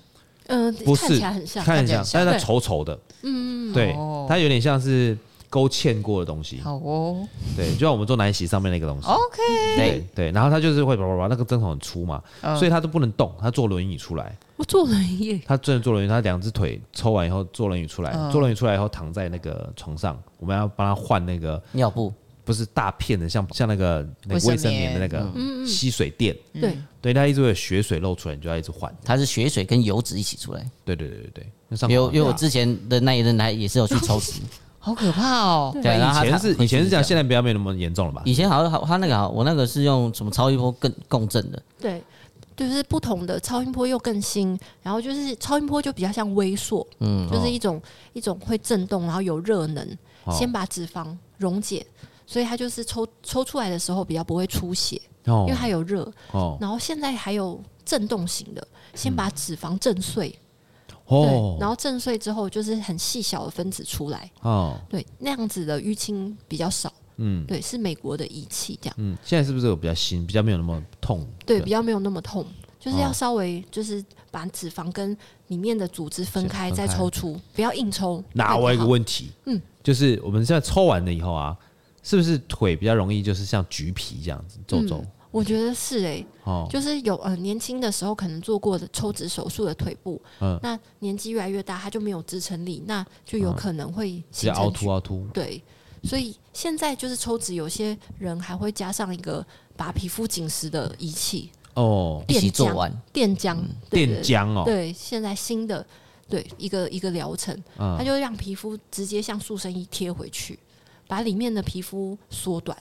Speaker 4: 嗯、
Speaker 1: 不
Speaker 4: 看
Speaker 1: 是
Speaker 4: 起来很像。
Speaker 1: 看一下
Speaker 3: 看，起
Speaker 1: 但
Speaker 3: 来
Speaker 1: 是它
Speaker 4: 像
Speaker 1: 稠稠的，嗯，对，它有点像是勾芡过的东西，
Speaker 3: 好哦
Speaker 1: 对，就像我们做奶洗上面那个东西，
Speaker 3: ，OK，
Speaker 2: 对，
Speaker 1: 对，然后它就是会啵啵啵，那个针头很粗嘛，所以她都不能动，她坐轮椅出来。
Speaker 4: 我做了一夜，
Speaker 1: 他真的坐轮椅，他两只腿抽完以后坐轮椅出来，坐轮椅出来以后躺在那个床上，我们要帮他换那个
Speaker 2: 尿布
Speaker 1: 不是大片的，像像那个那个
Speaker 3: 卫生
Speaker 1: 卫生棉的
Speaker 3: 棉
Speaker 1: 那个吸水垫，
Speaker 4: 对，
Speaker 1: 对，他一直会有血水漏出来，你就要一直换。
Speaker 2: 它是血水跟油脂一起出来。
Speaker 1: 对对对对对，啊那上
Speaker 2: 有
Speaker 1: 有
Speaker 2: 有我之前的那一任还也是有去抽脂，
Speaker 3: 好可怕哦，
Speaker 2: 对，啊然后
Speaker 1: 以
Speaker 2: 他
Speaker 1: 前是以前是这样，现
Speaker 2: 在
Speaker 1: 在比较没那么严重了吧？
Speaker 2: 以前好像好他那个好，我那个是用什么超音波更共振的，
Speaker 4: 对，就是不同的超音波又更新，然后就是超音波就比较像微缩，嗯，就是一种、一种会震动，然后有热能，
Speaker 1: 哦
Speaker 4: 先把脂肪溶解，所以它就是抽抽出来的时候比较不会出血，
Speaker 1: 哦
Speaker 4: 因为它有热。
Speaker 1: 哦
Speaker 4: 然后现在还有震动型的，先把脂肪震碎，
Speaker 1: 嗯哦
Speaker 4: 对，然后震碎之后就是很细小的分子出来，
Speaker 1: 哦
Speaker 4: 对，那样子的淤青比较少，
Speaker 1: 嗯
Speaker 4: 对，是美国的仪器这样，
Speaker 1: 嗯，现在是不是有比较新，比较没有那么痛？
Speaker 4: 对，比较没有那么痛，就是
Speaker 1: 哦
Speaker 4: 要稍微就是把脂肪跟里面的组织分开
Speaker 1: 分开
Speaker 4: 再抽出，不要 硬抽。
Speaker 1: 那我有一个
Speaker 4: 问，
Speaker 1: 问题，嗯，就是我们现在抽完了以后啊，是不是腿比较容易就是像橘皮这样子皱皱？
Speaker 4: 我觉得是诶、
Speaker 1: 哦，
Speaker 4: 就是有呃年轻的时候可能做过的抽脂手术的腿部，
Speaker 1: 嗯啊
Speaker 4: 那年纪越来越大，它就没有支撑力，那就有可能会
Speaker 1: 比较
Speaker 4: 形成
Speaker 1: 凹凸凹凸。
Speaker 4: 对，所以现在就是抽脂，有些人还会加上一个把皮肤紧实的仪器，
Speaker 1: 哦，
Speaker 2: 一起
Speaker 4: 电
Speaker 2: 做
Speaker 4: 浆
Speaker 2: 完，嗯
Speaker 4: 电浆，对
Speaker 1: 电，浆
Speaker 4: 对
Speaker 1: 哦，
Speaker 4: 对，现在新的对一个一个疗程，它
Speaker 1: 嗯，
Speaker 4: 就让皮肤直接像塑身衣贴回去，把里面的皮肤缩短。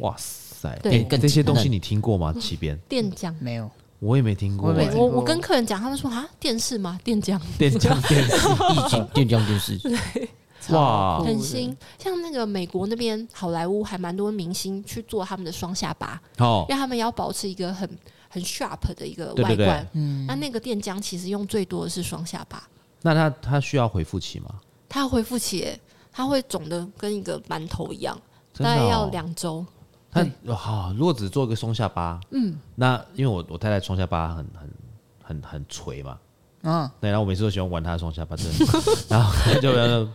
Speaker 1: 哇塞，
Speaker 4: 对
Speaker 1: 哎
Speaker 2: 更
Speaker 1: 这些
Speaker 2: 紧
Speaker 1: 东西
Speaker 2: 嫩
Speaker 1: 你听过吗？启边，
Speaker 4: 电浆，
Speaker 2: 嗯
Speaker 3: 没有，
Speaker 1: 我也没听过
Speaker 3: 我也
Speaker 1: 哎、
Speaker 3: 没
Speaker 4: 对
Speaker 3: 听
Speaker 4: 嗯我
Speaker 3: 过
Speaker 4: 我跟客人讲，他们说啊，电视吗？电浆
Speaker 2: 哦
Speaker 1: 电 浆电视
Speaker 2: 一起电浆就是
Speaker 1: 哇
Speaker 3: 超酷的
Speaker 4: 很新，像那个美国那边好莱坞还蛮多明星去做他们的双下巴，
Speaker 1: 哦，
Speaker 4: 因为他们要保持一个很很 sharp 的一个
Speaker 1: 对
Speaker 4: 外
Speaker 1: 对对
Speaker 4: 观。那那个电浆其实用最多的是双下巴，
Speaker 1: 那它它需要回复期吗？
Speaker 4: 它恢复期耶它会肿的跟一个馒头一样，
Speaker 1: 真
Speaker 4: 大
Speaker 1: 的、
Speaker 4: 概要
Speaker 1: 哦，
Speaker 4: 两周。
Speaker 1: 它好、如果只做一个松下巴，嗯，那因为我我太太双下巴很很很很垂嘛，
Speaker 3: 嗯，
Speaker 1: 对，然后我每次都喜欢玩他的双下巴，真 的，然后他就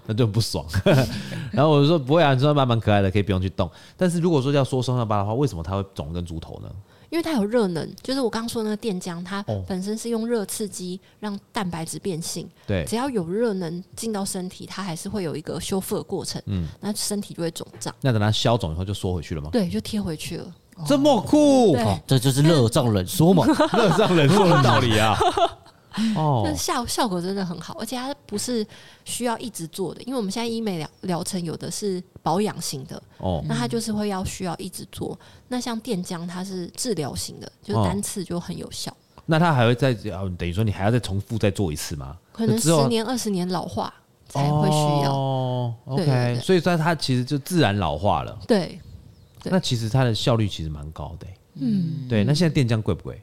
Speaker 1: 那就很不爽。 然后我就说不会啊，你双下巴蛮可爱的，可以不用去动。但是如果说要说双下巴的话，为什么它会肿得跟猪头呢？
Speaker 4: 因为它有热能，就是我刚刚说的那个电浆，它
Speaker 1: 哦
Speaker 4: 本身是用热刺激让蛋白质变性，
Speaker 1: 对，
Speaker 4: 只要有热能进到身体，它还是会有一个修复的过程，嗯，那身体就会肿胀，
Speaker 1: 那等它消肿以后就缩回去了吗？
Speaker 4: 对，就贴回去了。
Speaker 1: 哦这么酷，
Speaker 4: 对
Speaker 2: 哦，这就是热胀冷缩嘛。
Speaker 1: 乐上人说的道理啊。 哦
Speaker 4: 那，效效果真的很好，而且它不是需要一直做的，因为我们现在医美疗疗程有的是保养型的，
Speaker 1: 哦，
Speaker 4: 那它就是会要需要一直做。那像电浆它是治疗型的，就是
Speaker 1: 哦
Speaker 4: 单次就很有效，
Speaker 1: 那它还会再啊等于说你还要再重复再做一次吗？
Speaker 4: 可能
Speaker 1: 就之
Speaker 4: 十
Speaker 1: 后
Speaker 4: 年二十年老化才会需要。
Speaker 1: 哦
Speaker 4: 对对
Speaker 1: ，OK，
Speaker 4: 对
Speaker 1: 所以说它其实就自然老化了。
Speaker 4: 对，对
Speaker 1: 那其实它的效率其实蛮高的欸、嗯，对。那现在电浆贵不贵？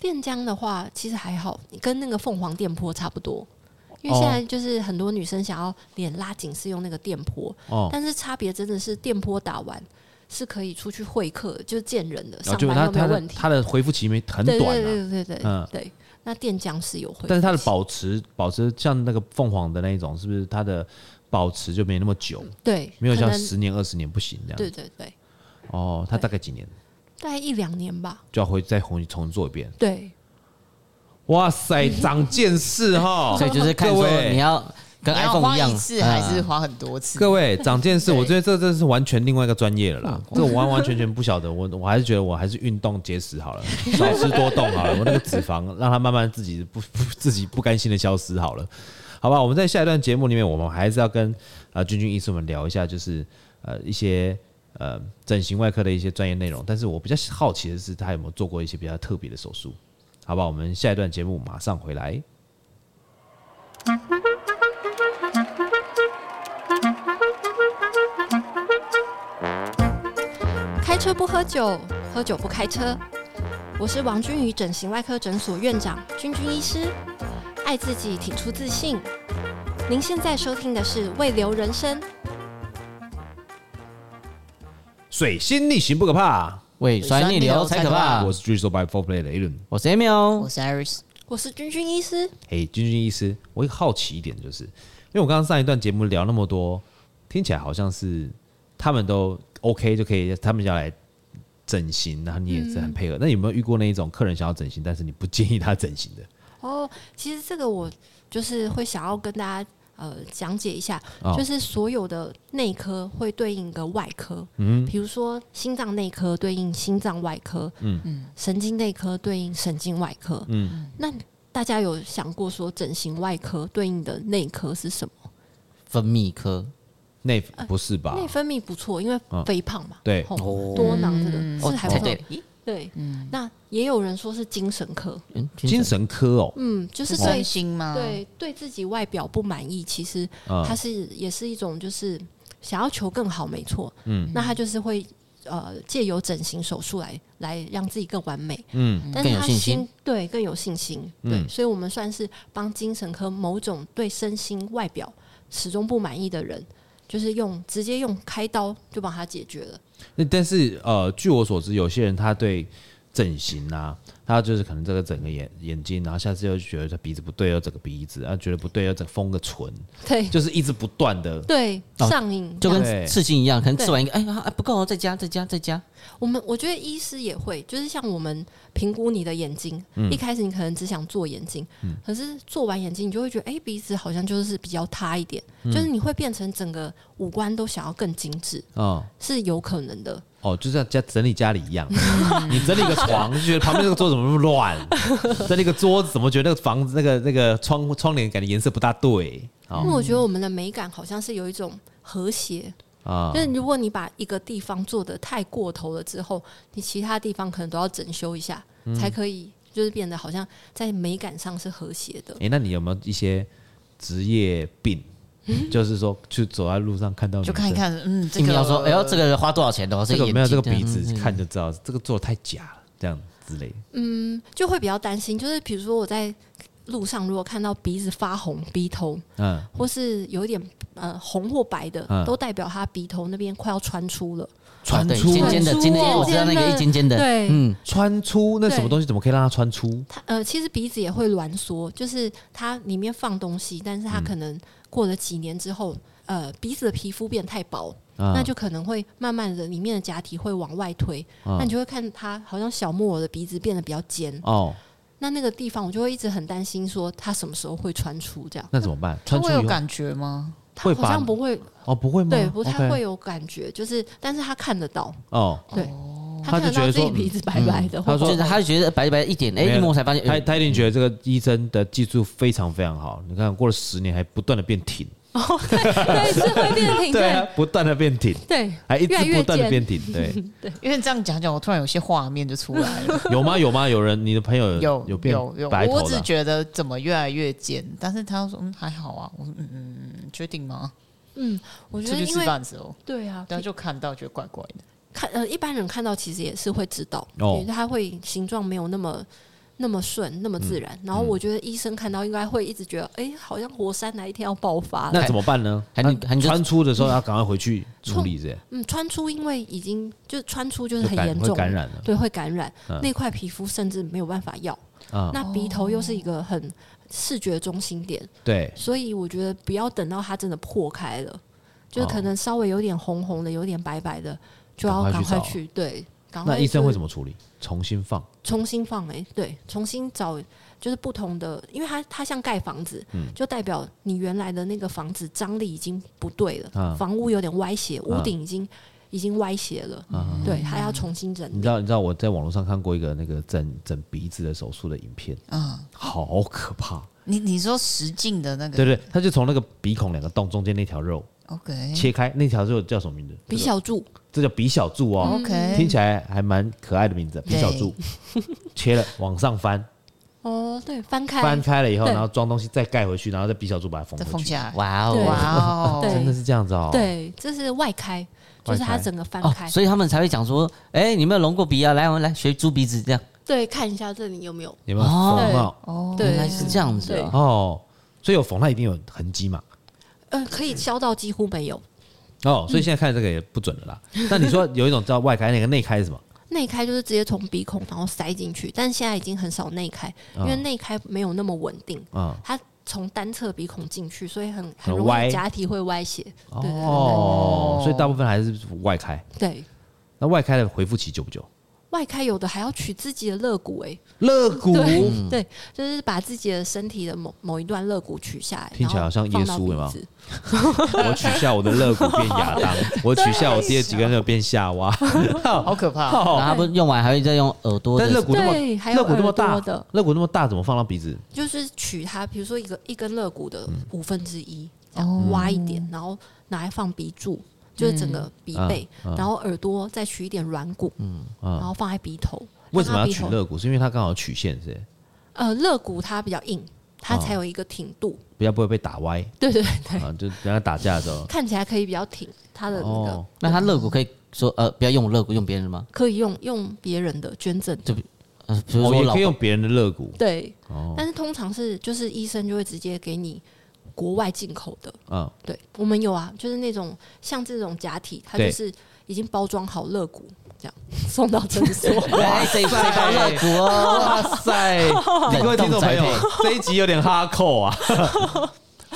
Speaker 4: 电浆的话其实还好，跟那个凤凰电波差不多。因
Speaker 1: 哦
Speaker 4: 为现在就是很多女生想要脸拉紧是用那个电波，
Speaker 1: 哦，
Speaker 4: 但是差别真的是电波打完是可以出去会客，就是见人的，
Speaker 1: 然
Speaker 4: 上
Speaker 1: 后就
Speaker 4: 班
Speaker 1: 它
Speaker 4: 都没
Speaker 1: 它
Speaker 4: 有
Speaker 1: 的
Speaker 4: 问题。
Speaker 1: 它的回复期没很
Speaker 4: 对
Speaker 1: 短啊，
Speaker 4: 对对对对
Speaker 1: 嗯
Speaker 4: 对对，那电浆是有会，
Speaker 1: 但是它的保持保持像那个凤凰的那一种，是不是它的保持就没那么久，
Speaker 4: 对
Speaker 1: 没有
Speaker 4: 可
Speaker 1: 像
Speaker 4: 能
Speaker 1: 十年啊二十年不行这样？
Speaker 4: 对对对，
Speaker 1: 哦，它大概几年
Speaker 4: 大概一两年吧。
Speaker 1: 就要回再重重做一遍。
Speaker 4: 对，
Speaker 1: 哇塞，长见识哈！
Speaker 2: 所以就是看
Speaker 1: 各
Speaker 2: 说
Speaker 1: 位
Speaker 2: 你要跟
Speaker 3: 你要
Speaker 2: iPhone
Speaker 3: 花
Speaker 2: 一样，
Speaker 3: 一次还是
Speaker 2: 嗯
Speaker 3: 花很多 次？
Speaker 1: 各位长见识，
Speaker 3: 对
Speaker 1: 我觉得这真的是完全另外一个专业了啦。这我完完全全不晓得，我我还是觉得我还是运动节食好了， 少吃多动好了。我那个脂肪让它慢慢自己不 不自己不甘心的消失好了，好吧？我们在下一段节目里面，我们还是要跟呃君君医师们聊一下，就是呃一些呃整形外科的一些专业内容。但是我比较好奇的是，他有没有做过一些比较特别的手术？好吧，我们下一段节目马上回来。
Speaker 4: 开车不喝酒，喝酒不开车。我是王君宇整形外科诊所院长君君医师，爱自己，挺出自信。您现在收听的是《未留人生》，
Speaker 1: 水星逆行不可怕，
Speaker 2: 胃酸逆流才可怕。
Speaker 1: 我是 Drizzle by Four Play 的 Alan。
Speaker 2: 我是 Emil，
Speaker 3: 我是 Iris，
Speaker 4: 我是君君医师。
Speaker 1: 嘿，君君医师，我好奇一点，就是因为我刚刚上一段节目聊那么多，听起来好像是他们都 OK 就可以，他们要来整形，然后你也是很
Speaker 4: 嗯
Speaker 1: 配合。那有没有遇过那一种客人想要整形，但是你不建议他整形的？
Speaker 4: 哦，其实这个我就是会想要跟大家呃讲解一下，
Speaker 1: 哦
Speaker 4: 就是所有的内科会对应一个外科，比如说心脏内科对应心脏外科，
Speaker 1: 嗯
Speaker 4: 神经内科对应神经外科，
Speaker 2: 嗯
Speaker 4: 那大家有想过说整形外科对应的内科是什么？
Speaker 2: 分泌科
Speaker 1: 内不是吧？嗯
Speaker 4: 呃内分泌不错，因为肥胖嘛，
Speaker 1: 对
Speaker 4: 吼
Speaker 2: 哦
Speaker 4: 多囊这个
Speaker 2: 哦
Speaker 4: 是还不错
Speaker 2: 对，
Speaker 4: 对，那也有人说是精神科，
Speaker 2: 嗯
Speaker 1: 精神科哦，
Speaker 4: 嗯，就是对
Speaker 3: 身心吗？，
Speaker 4: 对对自己外表不满意，其实
Speaker 1: 嗯
Speaker 4: 它是也是一种就是想要求更好，没错，嗯，那他就是会呃借由整形手术来来让自己更完美，
Speaker 1: 嗯，
Speaker 4: 但是
Speaker 2: 更有
Speaker 4: 他
Speaker 2: 信
Speaker 4: 心
Speaker 2: 心嗯
Speaker 4: 对更有信心，对，所以我们算是帮精神科某种对身心外表始终不满意的人，就是用直接用开刀就帮他解决了。
Speaker 1: 那但是呃，据我所知，有些人他对整形啊，他就是可能这个整个眼眼睛，然后下次又觉得他鼻子不对，又整个鼻子，然啊后觉得不对，又整封个唇，
Speaker 4: 对
Speaker 1: 就是一直不断的
Speaker 4: 对，
Speaker 2: 哦
Speaker 4: 上瘾
Speaker 2: 就
Speaker 1: 对
Speaker 2: 跟刺青一样，可能
Speaker 4: 对
Speaker 2: 吃完一个，哎呀，啊不够哦，再加，再加，再加。
Speaker 4: 我们我觉得医师也会，就是像我们评估你的眼睛，一开始你可能只想做眼睛，可是做完眼睛，你就会觉得，哎、鼻子好像就是比较塌一点，就是你会变成整个五官都想要更精致，
Speaker 1: 哦
Speaker 4: 是有可能的。
Speaker 1: 哦，就像家整理家里一样， 你整理个床就觉得旁边那个桌子怎么那么乱，整理个桌子怎么觉得那个房子那个那个窗窗帘感觉颜色不大对
Speaker 4: 因为我觉得我们的美感好像是有一种和谐，
Speaker 1: 啊
Speaker 4: 就是如果你把一个地方做的太过头了之后，你其他地方可能都要整修一下，才可以就是变得好像在美感上是和谐的
Speaker 1: 哎、。那你有没有一些职业病？就是说，去走在路上看到
Speaker 3: 就
Speaker 1: 女
Speaker 3: 看一
Speaker 1: 生，
Speaker 3: 看，嗯，这
Speaker 2: 你
Speaker 3: 个
Speaker 2: 要说，哎呦，这个花多少钱的哦？
Speaker 1: 这个
Speaker 2: 眼
Speaker 1: 没有这
Speaker 2: 睛
Speaker 1: 个鼻
Speaker 2: 嗯
Speaker 1: 子
Speaker 2: 嗯
Speaker 1: 看就知道，这个做的太假了，这样之类的。
Speaker 4: 嗯，就会比较担心，就是比如说我在路上如果看到鼻子发红、鼻头，
Speaker 1: 嗯，
Speaker 4: 或是有一点呃红或白的，
Speaker 1: 嗯
Speaker 4: 都代表他鼻头那边快要穿出了。
Speaker 1: 穿
Speaker 2: 啊对
Speaker 1: 出
Speaker 2: 尖尖的，
Speaker 3: 穿出
Speaker 2: 尖尖
Speaker 4: 哦
Speaker 2: 的，我知道那个一尖尖的，
Speaker 4: 对
Speaker 2: 嗯，
Speaker 1: 穿出那
Speaker 4: 对
Speaker 1: 什么东西怎么可以让它穿出？
Speaker 4: 它呃，其实鼻子也会挛缩，就是它里面放东西，但是它可能过了几年之后，呃，鼻子的皮肤变太薄，
Speaker 1: 啊
Speaker 4: 那就可能会慢慢的里面的假体会往外推，
Speaker 1: 啊
Speaker 4: 那你就会看它好像小木偶的鼻子变得比较尖，
Speaker 1: 哦，
Speaker 4: 那那个地方我就会一直很担心说它什么时候会穿出这样。
Speaker 1: 那怎么办？
Speaker 3: 他
Speaker 1: 穿出以
Speaker 3: 会有
Speaker 1: 后
Speaker 3: 感觉吗？
Speaker 4: 它
Speaker 1: 会
Speaker 4: 好
Speaker 1: 把
Speaker 4: 像不会，
Speaker 1: 哦，不会吗？
Speaker 4: 对，不太
Speaker 1: OK
Speaker 4: 会有感觉，就是，但是他看得到，
Speaker 1: 哦。
Speaker 4: 对，
Speaker 1: 他
Speaker 4: 他看得
Speaker 1: 就觉
Speaker 4: 到
Speaker 1: 得
Speaker 4: 自己
Speaker 1: 说
Speaker 4: 鼻子白白的，
Speaker 1: 嗯他
Speaker 4: 或
Speaker 1: 说
Speaker 2: 就是他就觉得白白一点，哎，
Speaker 1: 没有
Speaker 2: 一摸才发现，
Speaker 1: 他
Speaker 2: 哎
Speaker 1: 他一定觉得这个医生的技术非常非常好。你看，过了十年还不断的变挺，
Speaker 4: 对，是会变平，
Speaker 1: 对啊
Speaker 4: 哎对，
Speaker 1: 不断的变挺，
Speaker 4: 对，
Speaker 1: 还一直
Speaker 4: 越来越
Speaker 1: 不断的
Speaker 4: 尖
Speaker 1: 变挺，对，
Speaker 3: 因为这样讲讲，我突然有些画面就出来了。
Speaker 1: 有吗？有吗？有人，你的朋友
Speaker 3: 有
Speaker 1: 有变
Speaker 3: 有有，
Speaker 1: 白
Speaker 3: 我
Speaker 1: 头
Speaker 3: 只
Speaker 1: 的？
Speaker 3: 觉得怎么越来越尖，但是他说嗯还好啊，我说嗯嗯嗯，确定吗？
Speaker 4: 嗯，我觉
Speaker 3: 出
Speaker 4: 得
Speaker 3: 去
Speaker 4: 因
Speaker 3: 吃
Speaker 4: 为
Speaker 3: 饭的时候，
Speaker 4: 对啊，
Speaker 3: 然后就看到觉得怪怪的，
Speaker 4: 看呃，一般人看到其实也是会知道，
Speaker 1: 哦
Speaker 4: 因为他会形状没有那么那么顺，那么
Speaker 1: 嗯
Speaker 4: 自然。然后我觉得医生看到应该会一直觉得，哎、好像活塞哪一天要爆发了。
Speaker 1: 那怎么办呢？
Speaker 2: 还你
Speaker 1: 他
Speaker 2: 还你就
Speaker 1: 穿出的时候要赶快回去处理，这样
Speaker 4: 嗯，穿出因为已经就穿出就是
Speaker 1: 就
Speaker 4: 很
Speaker 1: 感
Speaker 4: 严
Speaker 1: 会
Speaker 4: 重，
Speaker 1: 感染了
Speaker 4: 对，会感染、
Speaker 1: 嗯
Speaker 4: 那块皮肤，甚至没有办法要。
Speaker 1: 啊。
Speaker 4: 那鼻头又是一个很视觉中心点，
Speaker 1: 对，
Speaker 4: 所以我觉得不要等到它真的破开了，
Speaker 1: 哦
Speaker 4: 就是可能稍微有点红红的，有点白白的，就要
Speaker 1: 赶
Speaker 4: 赶
Speaker 1: 快去
Speaker 4: 快
Speaker 1: 找
Speaker 4: 去对。赶
Speaker 1: 那
Speaker 4: 快
Speaker 1: 医生
Speaker 4: 就
Speaker 1: 会
Speaker 4: 是
Speaker 1: 怎么处理？重新放
Speaker 4: 重新放哎、对，重新找就是不同的，因为它它像盖房子，
Speaker 1: 嗯
Speaker 4: 就代表你原来的那个房子张力已经不对了，
Speaker 1: 啊
Speaker 4: 房屋有点歪斜，屋
Speaker 1: 啊
Speaker 4: 顶已经、已经歪斜了，对，还要重新整
Speaker 1: 你
Speaker 4: 理
Speaker 1: 知。道，你知道我在网络上看过一个那个整整鼻子的手术的影片，
Speaker 3: 嗯，
Speaker 1: 好可怕。
Speaker 3: 你你说实境的那个，
Speaker 1: 对对，他就从那个鼻孔两个洞中间那条肉
Speaker 3: o k
Speaker 1: 切开，那条肉叫什么名字？
Speaker 4: 比小柱，
Speaker 1: 这叫鼻小柱哦，
Speaker 3: OK，
Speaker 1: 听起来还蛮可爱的名字，鼻小柱。切了往上翻，
Speaker 4: 哦， 对，翻开，
Speaker 1: 翻开了以后，
Speaker 4: 对
Speaker 1: 然后装东西再盖回去，然后再鼻小柱把它缝
Speaker 3: 再
Speaker 1: 回
Speaker 3: 放
Speaker 1: 去。
Speaker 3: 下来，
Speaker 2: 哇哦
Speaker 4: 对
Speaker 2: 哇
Speaker 3: 哇哦，
Speaker 4: 对
Speaker 1: 真的是这样子哦。，
Speaker 4: 对，这是外开，就是
Speaker 1: 外
Speaker 4: 它
Speaker 1: 开
Speaker 4: 整个翻
Speaker 2: 哦
Speaker 4: 开，，
Speaker 2: 所以他们才会讲说，哎，你有没有隆过鼻啊？来，我们来学猪鼻子这样，
Speaker 4: 对，看一下这里有没有，
Speaker 1: 有没有缝到？
Speaker 3: 哦，
Speaker 4: 对
Speaker 2: 原来是这样子啊，
Speaker 1: 哦，所以有缝它一定有痕迹嘛。
Speaker 4: 呃，可以削到几乎没有，
Speaker 1: 哦，所以现在看这个也不准了啦。
Speaker 4: 嗯
Speaker 1: 那你说有一种叫外开，那个内开是什么？
Speaker 4: 内开就是直接从鼻孔然后塞进去，但现在已经很少内开，因为
Speaker 1: 嗯
Speaker 4: 内开没有那么稳定，
Speaker 1: 啊，
Speaker 4: 它从单侧鼻孔进去，所以很
Speaker 1: 很
Speaker 4: 很容
Speaker 1: 歪
Speaker 4: 易假体会歪斜。对对
Speaker 1: 哦，所以大部分还是外开。
Speaker 4: 对对，
Speaker 1: 那外开的恢复期久不久？
Speaker 4: 外开有的还要取自己的肋骨、欸，
Speaker 1: 肋骨
Speaker 4: 对、 对，就是把自己的身体的某某一段肋骨取下来，
Speaker 1: 听起来好像耶稣有没有
Speaker 4: 然后放到鼻子
Speaker 1: 我取下我的肋骨变亚当，我取下我第二几根肋骨变夏娃。
Speaker 3: 好可怕，
Speaker 2: 然后他不是用完还会再用耳朵的
Speaker 1: 哦但
Speaker 2: 什
Speaker 1: 肋
Speaker 2: 么，
Speaker 1: 骨那么
Speaker 4: 对还有
Speaker 1: 肋骨那么大
Speaker 4: 耳朵的，
Speaker 1: 肋骨那么大，怎么放到鼻子？
Speaker 4: 就是取它，比如说一个一根肋骨的
Speaker 1: 嗯
Speaker 4: 五分之一，然
Speaker 3: 哦
Speaker 4: 后挖一点，然后拿来放鼻柱，就是整个鼻背，
Speaker 1: 嗯
Speaker 4: 然后耳朵再取一点软骨，然后放在鼻头。
Speaker 1: 啊为什么要
Speaker 4: 让它鼻
Speaker 1: 取
Speaker 4: 头
Speaker 1: 肋骨？是因为它刚好有曲线，是不是
Speaker 4: 呃，肋骨它比较硬，它
Speaker 1: 哦
Speaker 4: 才有一个挺度。
Speaker 1: 比较不会被打歪
Speaker 4: 对对对，
Speaker 1: 啊。就人家打架的时候，
Speaker 4: 看起来可以比较挺，它的那个、
Speaker 1: 哦，
Speaker 2: 那他肋骨可以说，呃，不要用我肋骨，用别人的吗？
Speaker 4: 可以用用别人的捐赠。
Speaker 2: 呃，比如
Speaker 1: 我
Speaker 2: 说
Speaker 1: 哦也
Speaker 2: 老
Speaker 1: 可以用别人的肋骨
Speaker 4: 对，
Speaker 1: 哦。
Speaker 4: 但是通常是就是医生就会直接给你国外进口的，
Speaker 1: 嗯，
Speaker 4: 对我们有啊，就是那种像这种假体，它就
Speaker 1: 对
Speaker 4: 是已经包装好肋骨这样 送到诊 所。
Speaker 2: 哇塞，谁包乐谷哦？
Speaker 1: 哇塞，各位听众朋友
Speaker 2: 冷冻宅，
Speaker 1: 这一集有点哈扣啊。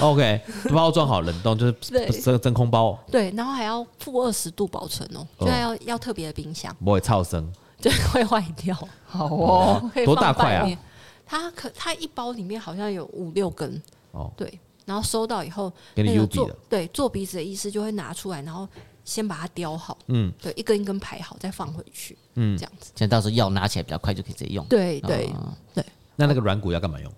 Speaker 1: OK，包装好冷冻就是
Speaker 4: 对
Speaker 1: 真真空包，
Speaker 4: 对，然后还要负二十度保存哦，
Speaker 1: 哦
Speaker 4: 就还要要特别的冰箱，
Speaker 1: 不会超生。
Speaker 4: 对，会坏掉。
Speaker 3: 好哦，
Speaker 4: 可以
Speaker 1: 多
Speaker 4: 放
Speaker 1: 大块
Speaker 4: 半
Speaker 1: 啊
Speaker 4: 年？它可它一包里面好像有五六根
Speaker 1: 哦
Speaker 4: 对，然后收到以后，
Speaker 1: 给你
Speaker 4: 那个
Speaker 1: U 比
Speaker 4: 哎做
Speaker 1: 的
Speaker 4: 对做鼻子的医师就会拿出来，然后先把它雕好，
Speaker 1: 嗯
Speaker 4: 对，一根一根排好，再放回去，
Speaker 1: 嗯啊
Speaker 4: 这样子。
Speaker 2: 现在到时候药拿起来比较快，就可以直接用。
Speaker 4: 对对，
Speaker 2: 嗯
Speaker 1: 那那个软骨要干嘛用？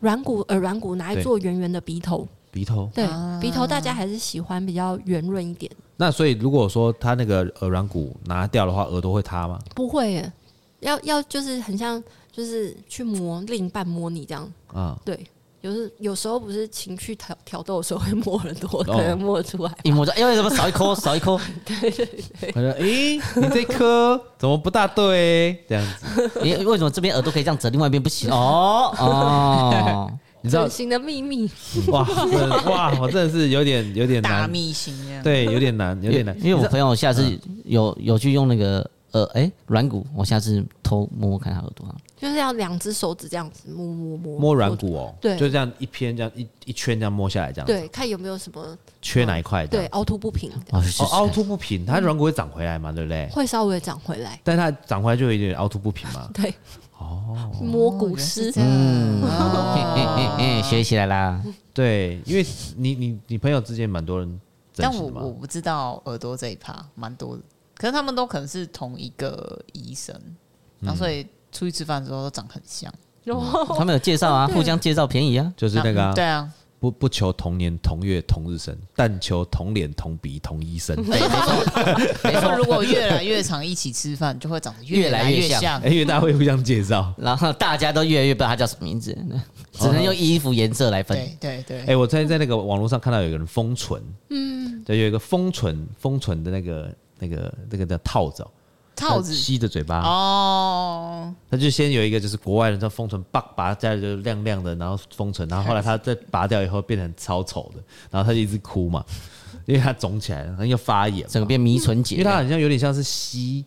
Speaker 4: 软骨呃软骨拿来
Speaker 1: 对
Speaker 4: 做圆圆的鼻头，
Speaker 1: 鼻头。
Speaker 4: 对，鼻头大家还是喜欢比较圆润一点，
Speaker 1: 那所以如果说他那个耳软骨拿掉的话，耳朵会塌吗？
Speaker 4: 不会耶，要要就是很像就是去磨另一半摸你这样，
Speaker 1: 啊、
Speaker 4: 对。有时有时候不是情绪挑挑逗的时候会摸耳朵，
Speaker 1: 哦
Speaker 4: 可能摸得出来。
Speaker 2: 一摸就哎呦，怎么少一颗，少一颗？
Speaker 1: 他说：“诶、你这颗怎么不大对、这样子，
Speaker 2: 诶，为什么这边耳朵可以这样折，另外一边不行？哦 哦，
Speaker 1: 你知道
Speaker 4: 整形的秘密，
Speaker 1: 哇真的哇，我真的是有点有点
Speaker 3: 大
Speaker 1: 难，
Speaker 3: 秘型这样，
Speaker 1: 啊对，有点难，有点难。
Speaker 2: 因为
Speaker 1: 你
Speaker 2: 我
Speaker 1: 知道嗯
Speaker 2: 朋友下次有有去用那个呃哎软骨，我下次偷摸摸看他耳朵啊。
Speaker 4: 就是要两只手指这样子摸摸摸
Speaker 1: 摸软，骨哦，
Speaker 4: 对
Speaker 1: 就这样一片这样一一圈这样摸下来，这样子
Speaker 4: 对，看有没有什么
Speaker 1: 缺哪一块这
Speaker 4: 对
Speaker 1: 样。
Speaker 4: 凹凸不平，
Speaker 2: 哦，
Speaker 1: 哦，凹
Speaker 2: 是
Speaker 1: 凸不平，它软骨会长回来嘛，对不对？
Speaker 4: 会稍微长回来。
Speaker 1: 但它长回来就有点凹凸不平嘛。
Speaker 4: 对，哦，摸骨师，
Speaker 3: 嗯，
Speaker 2: 嘿嘿嘿嘿，学起来啦！
Speaker 1: 对，因为你你你朋友之间蛮多人整
Speaker 3: 但
Speaker 1: 形
Speaker 3: 我
Speaker 1: 的嘛
Speaker 3: 我，不知道耳朵这一趴蛮多的，可是他们都可能是同一个医生，
Speaker 1: 嗯
Speaker 3: 然后所以出去吃饭的时候都长很像，
Speaker 4: 然后
Speaker 2: 他们有介绍啊，
Speaker 4: 对
Speaker 2: 互相介绍便宜啊。
Speaker 1: 就是那个、啊
Speaker 3: 嗯对啊，
Speaker 1: 不不求同年同月同日生，但求同脸同鼻同医生。
Speaker 2: 对，没错，没
Speaker 3: 他
Speaker 2: 错
Speaker 3: 们。如果越来越常一起吃饭，就会长得
Speaker 2: 越来
Speaker 3: 来
Speaker 2: 越
Speaker 3: 越
Speaker 2: 像
Speaker 1: 哎因为大家会互相介绍。
Speaker 2: 然后大家都越来越不知道他叫什么名字，只能用衣服颜色来分。
Speaker 3: 对对对
Speaker 1: 哎、，我曾经在那个网络上看到有个人封唇，嗯，对，有一个封唇封唇的那个那个那个叫套子哦，
Speaker 3: 套子
Speaker 1: 他吸着嘴巴，
Speaker 3: 哦，
Speaker 1: 他就先有一个就是国外人叫封唇，叭拔下来就亮亮的，然后封唇，然后后来他再拔掉以后变成超丑的，然后他就一直哭嘛，因为他肿起来了，然后又发炎嘛，
Speaker 2: 整个变迷唇
Speaker 1: 嗯因
Speaker 2: 姐
Speaker 1: 为，他好像有点像是吸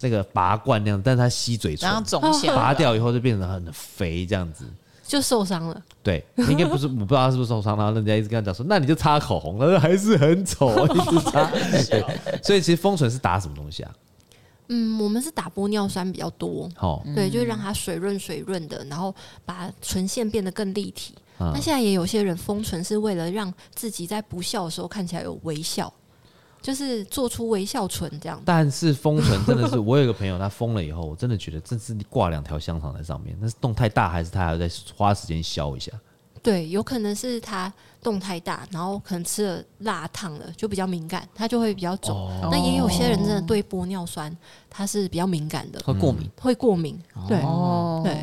Speaker 1: 那个拔罐那样，但是他吸嘴唇
Speaker 3: 然，后肿起来，
Speaker 1: 拔掉以后就变成很肥这样子。
Speaker 4: 就受伤了。
Speaker 1: 对，应该不 是，我不知道他是不是受伤，然后人家一直跟他讲说，那你就擦口红，他说还是很丑， 一直擦。对，所以其实封唇是打什么东西啊？
Speaker 4: 嗯，我们是打玻尿酸比较多，
Speaker 1: 好，
Speaker 4: 对，就让它水润水润的，然后把唇线变得更立体。
Speaker 1: 嗯
Speaker 4: 那现在也有些人封唇是为了让自己在不笑的时候看起来有微笑，就是做出微笑唇这样。
Speaker 1: 但是封唇真的是，我有一个朋友他封了以后，我真的觉得这是挂两条香肠在上面，那是洞太大，还是他还要再花时间削一下？
Speaker 4: 对，有可能是他动太大，然后可能吃了辣烫了，就比较敏感，他就会比较肿。那也有些人真的对玻尿酸它是比较敏感的，
Speaker 2: 会过敏。
Speaker 4: 会过敏，对，
Speaker 3: 哦，
Speaker 4: 对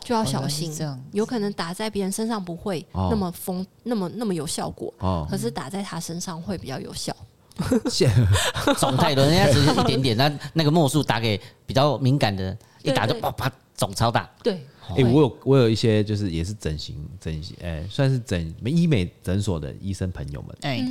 Speaker 4: 就要小
Speaker 3: 原
Speaker 4: 心
Speaker 3: 来是这样。
Speaker 4: 有可能打在别人身上不会
Speaker 1: 哦
Speaker 4: 那么疯，那么那么有效果，
Speaker 1: 哦，
Speaker 4: 可是打在他身上会比较有效。
Speaker 1: 现嗯
Speaker 2: 肿太多，人家只是一点点，那那个墨数打给比较敏感的，一打就
Speaker 4: 对对
Speaker 2: 啪啪肿超大。
Speaker 4: 对，
Speaker 1: 哎、我有我有一些就是也是整形整形，哎、算是整医美诊所的医生朋友们，
Speaker 3: 哎，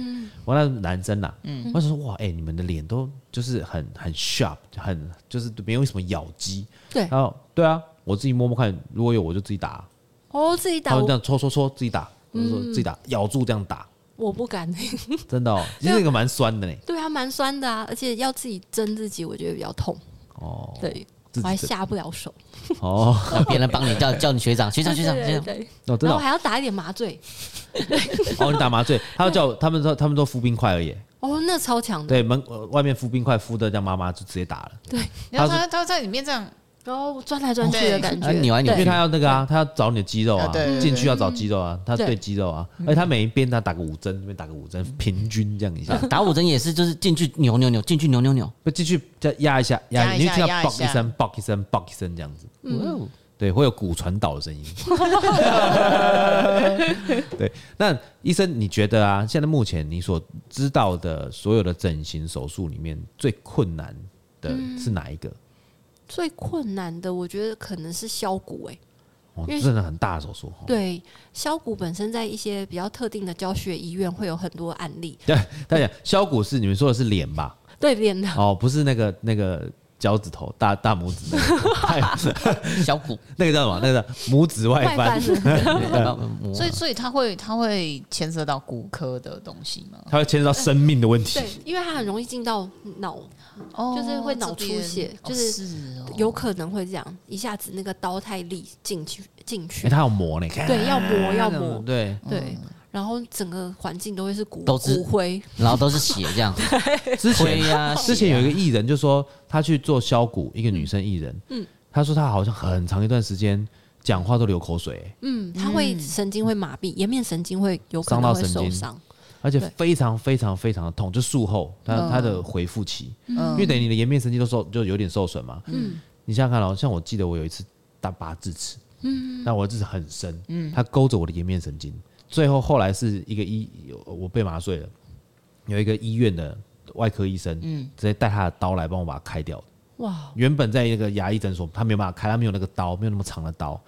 Speaker 1: 我那男生啦，嗯，我想说哇，哎、你们的脸都就是很很 sharp，很就是没有什么咬肌。
Speaker 4: 对
Speaker 1: 然后对啊，我自己摸摸看，如果有我就自己打，
Speaker 4: 哦，自己
Speaker 1: 他
Speaker 4: 打
Speaker 1: 们这
Speaker 4: 我嗯
Speaker 1: 样戳戳戳自己打，我就说自己打，咬住这样打，
Speaker 4: 我不敢，
Speaker 1: 真的哦，其实那个蛮酸的呢。
Speaker 4: 对啊，蛮酸的啊，而且要自己针自己，我觉得比较痛。
Speaker 1: 哦，
Speaker 4: 对，
Speaker 1: 自己
Speaker 4: 我还
Speaker 1: 针
Speaker 4: 下不了手。
Speaker 1: 哦，
Speaker 2: 然后别人帮你叫叫你学长，学长
Speaker 4: 对
Speaker 2: 学长学
Speaker 4: 对
Speaker 2: 长，
Speaker 4: 对，
Speaker 1: 哦，真的
Speaker 4: 然后
Speaker 1: 哦
Speaker 4: 还要打一点麻醉，
Speaker 1: 哦，你打麻醉，他们叫我他们说他们说敷冰块而已，
Speaker 4: 哦，那超强的。
Speaker 1: 对，门呃外面敷冰块敷的这样麻麻就直接打了，
Speaker 3: 然后他他在里面这样，
Speaker 4: 然后转来转去的感觉，
Speaker 2: 对啊扭来扭
Speaker 1: 因为
Speaker 2: 去
Speaker 4: 对
Speaker 1: 他要那个啊，他要找你的肌肉啊
Speaker 3: 啊对对，对
Speaker 1: 进去要找肌肉啊，他
Speaker 4: 嗯对嗯
Speaker 1: 对肌肉啊，而且他每一边他打个五针，这边打个五针，平均这样一下。
Speaker 2: 打五针也是，就是进去扭扭扭，进去扭扭扭。
Speaker 1: 不继续再压一下，压
Speaker 3: 压一
Speaker 1: 你就
Speaker 3: 下
Speaker 1: 听到
Speaker 3: 压一
Speaker 1: “bok” 一
Speaker 3: 下
Speaker 1: 声，“bok” 一声，“bok” 一声这样子，
Speaker 2: 嗯，
Speaker 1: 对，会有骨传导的 声音。对，那医生，你觉得啊，现在目前你所知道的所有的整形手术里面，最困难
Speaker 4: 嗯
Speaker 1: 的是哪一个？
Speaker 4: 最困难的，我觉得可能是削骨、欸，
Speaker 1: 哦，
Speaker 4: 因为
Speaker 1: 真的很大的手术。哦，
Speaker 4: 对，削骨本身在一些比较特定的教学医院会有很多案例，
Speaker 1: 大家削骨是你们说的是脸吧？
Speaker 4: 对 脸的
Speaker 1: 哦，不是那个那个脚趾头，大大拇指那个， 太
Speaker 2: 小骨
Speaker 1: 那个叫什么？那个叫拇指外
Speaker 4: 外
Speaker 1: 翻
Speaker 4: 翻， 的
Speaker 2: 所
Speaker 3: 所以所以它会它会牵涉到骨科的东西吗？
Speaker 1: 它会牵涉到生命的问题。
Speaker 4: 对，因为它很容易进到脑，
Speaker 3: 哦
Speaker 4: 就是会脑出血
Speaker 3: 这边
Speaker 4: 就是
Speaker 3: 哦
Speaker 4: 有可能会这样，一下子那个刀太利进去进
Speaker 1: 哎，
Speaker 4: 去，
Speaker 1: 它有哎磨呢，看
Speaker 4: 对，要磨要磨，
Speaker 1: 对，
Speaker 4: 对，然后整个环境都会是骨
Speaker 2: 都是
Speaker 4: 骨灰，
Speaker 2: 然后都是血这样，
Speaker 1: 之前
Speaker 2: 灰呀、啊，
Speaker 1: 之前有一个艺人就说他去做削骨，一个女生艺人，嗯，他说他好像很长一段时间讲话都流口水、欸
Speaker 4: 嗯，它会神经会麻痹，颜面神经会有可
Speaker 1: 伤到
Speaker 4: 能会
Speaker 1: 神
Speaker 4: 受
Speaker 1: 经
Speaker 4: 伤，
Speaker 1: 而且
Speaker 4: 对
Speaker 1: 非常非常非常的痛，就术后他、他的回复期，因为等于你的颜面神经都受就有点受损嘛，嗯，你想想看哦，像我记得我有一次大拔智齿，嗯，但我的智齿很深，嗯，它勾着我的颜面神经，最后后来是一个医我被麻醉了，有一个医院的外科医生，嗯，直接带他的刀来帮我把它开掉。
Speaker 4: 哇，
Speaker 1: 原本在一个牙医诊所，他没有办法开，他没有那个刀，没有那么长的刀，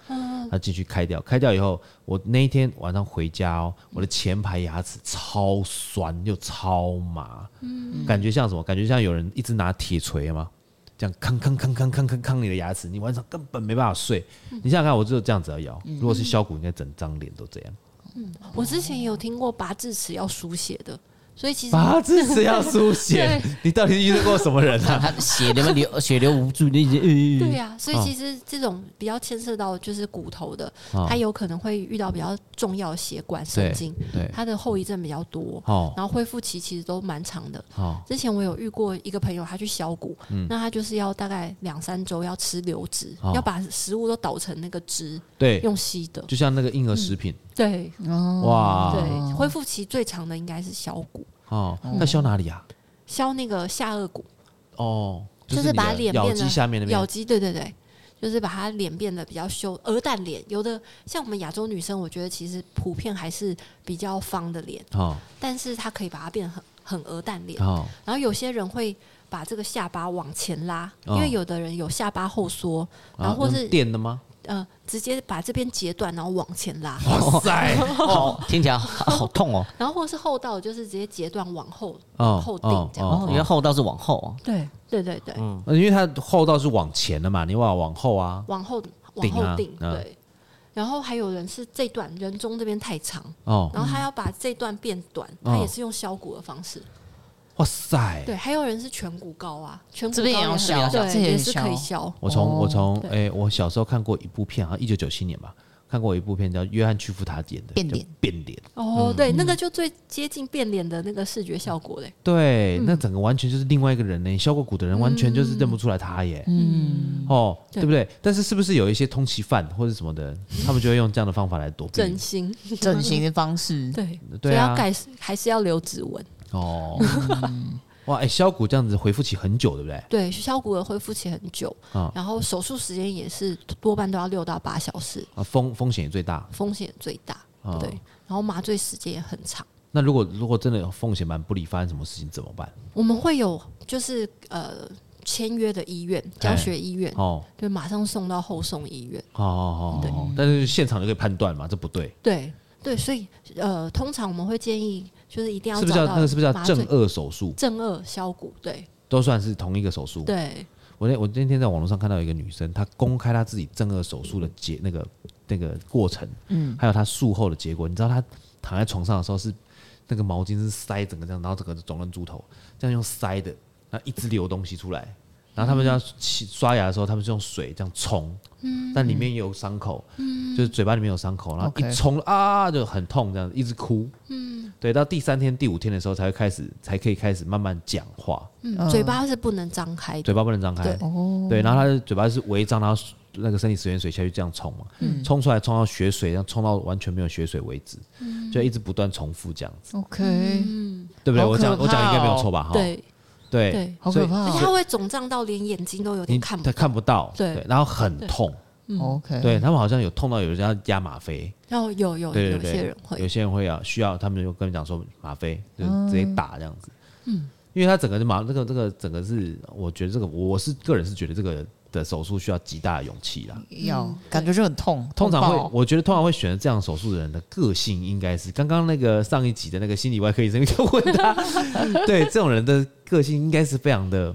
Speaker 1: 他进去开掉。开掉以后，我那一天晚上回家哦，我的前排牙齿超酸又超麻，感觉像什么？感觉像有人一直拿铁锤嘛，这样康康康康康康康你的牙齿，你晚上根本没办法睡。你想想看，我只有这样子而已哦。如果是削骨，应该整张脸都这样。
Speaker 4: 我之前也有听过拔智齿要输血的，所以其实
Speaker 1: 拔智齿要输血，你到底遇到过什么人啊？
Speaker 2: 他血流 流血流无助，那些呃
Speaker 4: 对呀、所以其实这种比较牵涉到就是骨头的，
Speaker 1: 哦
Speaker 4: 它有可能会遇到比较重要的血管神经，
Speaker 1: 对，
Speaker 4: 它的后遗症比较多，
Speaker 1: 哦
Speaker 4: 然后恢复期其实都蛮长的。
Speaker 1: 哦
Speaker 4: 之前我有遇过一个朋友，他去削骨，那他就是要大概两三周要吃流质，
Speaker 1: 嗯哦
Speaker 4: 要把食物都捣成那个汁，
Speaker 1: 对，
Speaker 4: 用吸的。
Speaker 1: 就像那个婴儿食品，
Speaker 4: 对
Speaker 3: 哦
Speaker 1: 哇，
Speaker 4: 对，恢复期最长的应该是削骨，
Speaker 1: 哦，那削哪里啊？
Speaker 4: 削那个下颚骨，
Speaker 1: 哦，
Speaker 4: 就是
Speaker 1: 你的
Speaker 4: 把脸
Speaker 1: 咬
Speaker 4: 变
Speaker 1: 肌
Speaker 4: 得
Speaker 1: 下面那边
Speaker 4: 咬肌，对对对，就是把它脸变得比较修，鹅蛋脸。有的像我们亚洲女生，我觉得其实普遍还是比较方的脸，
Speaker 1: 哦
Speaker 4: 但是它可以把它变得很很鹅蛋脸。
Speaker 1: 哦
Speaker 4: 然后有些人会把这个下巴往前拉，
Speaker 1: 哦啊
Speaker 4: 因为有的人有下巴后缩，然后或
Speaker 1: 用
Speaker 4: 是
Speaker 1: 电的吗？
Speaker 4: 呃直接把这边截断，然后往前拉，
Speaker 1: 哇塞，
Speaker 2: 好哦听起来好好痛哦。
Speaker 4: 然后或是后道就是直接截断往后。
Speaker 1: 哦
Speaker 4: 后定这样
Speaker 2: 哦，原来后道是往后哦，
Speaker 4: 对对对对，
Speaker 1: 呃因为它后道是往前的嘛，你往往后啊，
Speaker 4: 往后往
Speaker 1: 顶啊
Speaker 4: 后定，
Speaker 1: 嗯
Speaker 4: 对。然后还有人是这段人中这边太长，
Speaker 3: 嗯
Speaker 1: 哦，
Speaker 4: 然后他要把这段变短，
Speaker 1: 嗯
Speaker 4: 他也是用削骨的方式。
Speaker 1: 哇塞，
Speaker 4: 对，还有人是颧骨高啊，颧骨
Speaker 3: 哎这边也要
Speaker 4: 高
Speaker 3: 削
Speaker 4: 很
Speaker 3: 这边
Speaker 4: 对，
Speaker 3: 也
Speaker 4: 也是可以
Speaker 3: 削
Speaker 4: 削。
Speaker 1: 我从我从
Speaker 4: 哦对
Speaker 1: 哎，我小时候看过一部片，好像一九九七年吧，看过一部片叫约翰屈服塔演的
Speaker 3: 变
Speaker 1: 叫
Speaker 3: 脸
Speaker 1: 变脸，
Speaker 3: 嗯
Speaker 4: 哦，对，那个就最接近变脸的那个视觉效果嘞。嗯
Speaker 1: 对，那整个完全就是另外一个人呢，削过骨的人完全就是认不出来他耶，
Speaker 3: 嗯，
Speaker 1: 哦，
Speaker 4: 对
Speaker 1: 对不对？但是是不是有一些通缉犯或者什么的，他们就会用这样的方法来躲避？
Speaker 4: 整形，
Speaker 3: 整形的方式，
Speaker 4: 对，所
Speaker 1: 对
Speaker 4: 以
Speaker 1: 啊
Speaker 4: 要改还是要留指纹。
Speaker 1: 哦，哇，哎、削骨这样子回复期很久，对不对？
Speaker 4: 对，削骨的恢复期很久
Speaker 1: 嗯，
Speaker 4: 然后手术时间也是多半都要六到八小时，
Speaker 1: 啊，风风险也最大。
Speaker 4: 风险最大。
Speaker 1: 嗯
Speaker 4: 对，然后麻醉时间也很长。
Speaker 1: 那如果如果真的有风险蛮不利，发生什么事情怎么办？
Speaker 4: 我们会有就是呃签约的医院、
Speaker 3: 哎
Speaker 4: 教学医院，
Speaker 3: 嗯
Speaker 1: 哦，
Speaker 4: 对，马上送到后送医院。
Speaker 1: 哦哦哦哦，但是现场就可以判断嘛，这不对，
Speaker 4: 对对，所以呃，通常我们会建议就是一定要
Speaker 1: 是不是
Speaker 4: 找
Speaker 1: 叫
Speaker 4: 到
Speaker 1: 那个是不是叫
Speaker 4: 麻
Speaker 1: 正
Speaker 4: 醉
Speaker 1: 颚手术？
Speaker 4: 正颚削骨？对
Speaker 1: 都算是同一个手术。
Speaker 4: 对，
Speaker 1: 我那我那天在网络上看到一个女生，她公开她自己正颚手术的结那个那个过程，嗯，还有她术后的结果。你知道她躺在床上的时候是那个毛巾是塞整个这样，然后整个肿成猪头，这样用塞的，然后一直流东西出来。然后他们这样洗刷牙的时候，他们是用水这样冲，但里面也有伤口，就是嘴巴里面有伤口，然后一
Speaker 3: OK
Speaker 1: 冲啊就很痛，这样一直哭，对，到第三天、第五天的时候才会开始，才可以开始慢慢讲话，
Speaker 4: 嗯，嘴巴是不能张开的。
Speaker 1: 嘴巴不能张开
Speaker 4: 对，
Speaker 1: 对，然后他的嘴巴是围张，然后那个身体食盐水下去这样冲嘛，
Speaker 4: 嗯
Speaker 1: 冲出来冲到血水，然后冲到完全没有血水为止，
Speaker 4: 嗯
Speaker 1: 就一直不断重复这样子，
Speaker 3: OK，嗯
Speaker 1: 对不对？
Speaker 3: 好
Speaker 1: 我
Speaker 3: 可
Speaker 1: 讲我讲应该没有
Speaker 3: 怕哦
Speaker 1: 错吧？哈，
Speaker 4: 对，
Speaker 1: 对
Speaker 4: 对，
Speaker 3: 好
Speaker 1: 所
Speaker 3: 可
Speaker 1: 以
Speaker 3: 怕
Speaker 4: 而且
Speaker 3: 哦
Speaker 4: 它会肿胀到连眼睛都有
Speaker 1: 你
Speaker 4: 点看不
Speaker 1: 他看不到，
Speaker 4: 对
Speaker 1: 然后很痛，
Speaker 3: ，OK，
Speaker 1: 对，他们好像有痛到有人要压吗啡，
Speaker 4: 然后有有
Speaker 1: 对对
Speaker 4: 哦有
Speaker 1: 对，
Speaker 4: 些人会
Speaker 1: 有些人会啊，需要他们就跟你讲说吗啡，就直接打这样
Speaker 4: 嗯
Speaker 1: 子。嗯，因为他整个就麻，这个这个整个是，我觉得这个我是个人是觉得这个的手术需要极大的勇气啦。
Speaker 3: 要感觉就很痛，
Speaker 1: 通常
Speaker 3: 痛
Speaker 1: 会
Speaker 3: 爆，
Speaker 1: 我觉得通常会选择这样手术的人的个性应该是，刚刚那个上一集的那个心理外科医生就问他，对这种人的个性应该是非常的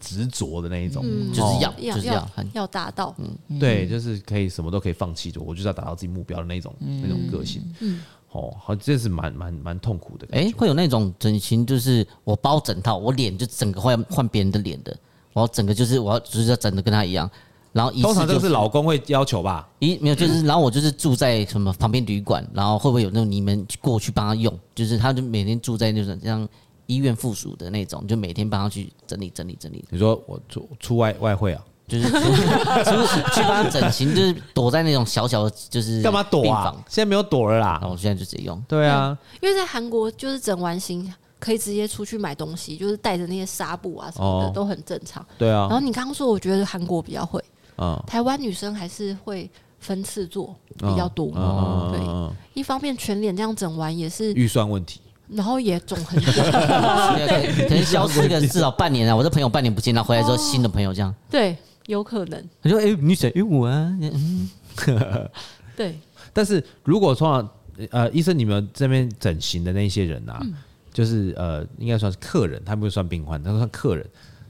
Speaker 1: 执着的那一种，
Speaker 4: 嗯
Speaker 2: 就是要
Speaker 1: 哦
Speaker 2: 就
Speaker 4: 要
Speaker 2: 是要
Speaker 4: 要
Speaker 2: 很
Speaker 4: 要达到，
Speaker 1: 对，就是可以什么都可以放弃的，我就是要达到自己目标的那种、那种个性，哦，好，这是蛮蛮蛮痛苦的感
Speaker 2: 哎、
Speaker 1: 觉，
Speaker 2: 会有那种整形，就是我包整套，我脸就整个换换别人的脸的，我要整个就是我要就是要整的跟他一样，然后一
Speaker 1: 通
Speaker 2: 次
Speaker 1: 常这
Speaker 2: 就
Speaker 1: 个是老公会要求吧，
Speaker 2: 一没有
Speaker 1: 嗯
Speaker 2: 就是，然后我就是住在什么旁边旅馆，然后会不会有那种你们过去帮他用，就是他就每天住在那种像医院附属的那种，就每天帮他去整理整理整理，
Speaker 1: 你说我出出外外汇啊，
Speaker 2: 就是就是去帮他整形，就是躲在那种小小的就是
Speaker 1: 干嘛躲
Speaker 2: 病
Speaker 1: 啊
Speaker 2: 房？
Speaker 1: 现在没有躲了
Speaker 2: 然后
Speaker 1: 啦，
Speaker 2: 我现在就直 接用，
Speaker 1: 对啊，
Speaker 4: 因为在韩国就是整完形可以直接出去买东西，就是带着那些纱布啊什么的、
Speaker 1: 哦
Speaker 4: 都很正常。
Speaker 1: 对
Speaker 4: 然后
Speaker 1: 啊，
Speaker 4: 你刚刚说，我觉得韩国比较会，
Speaker 1: 嗯，
Speaker 4: 台湾女生还是会分次做比较多。
Speaker 1: 嗯嗯
Speaker 4: 对，
Speaker 1: 嗯嗯
Speaker 4: 一方面全脸这样整完也是，
Speaker 1: 预算问题。
Speaker 4: 然后也肿很久。
Speaker 2: 对可能消失个至少半年啊，我的朋友半年不见，然后回来之后新的朋友这样，
Speaker 4: 对，有可能。
Speaker 2: 他说：“哎、你谁？哎、我啊，
Speaker 4: 对，
Speaker 1: 但是如果通常呃，医生你们这边整形的那些人啊，
Speaker 4: 嗯
Speaker 1: 就是呃，应该算是客人，他不是算病患，他算客人。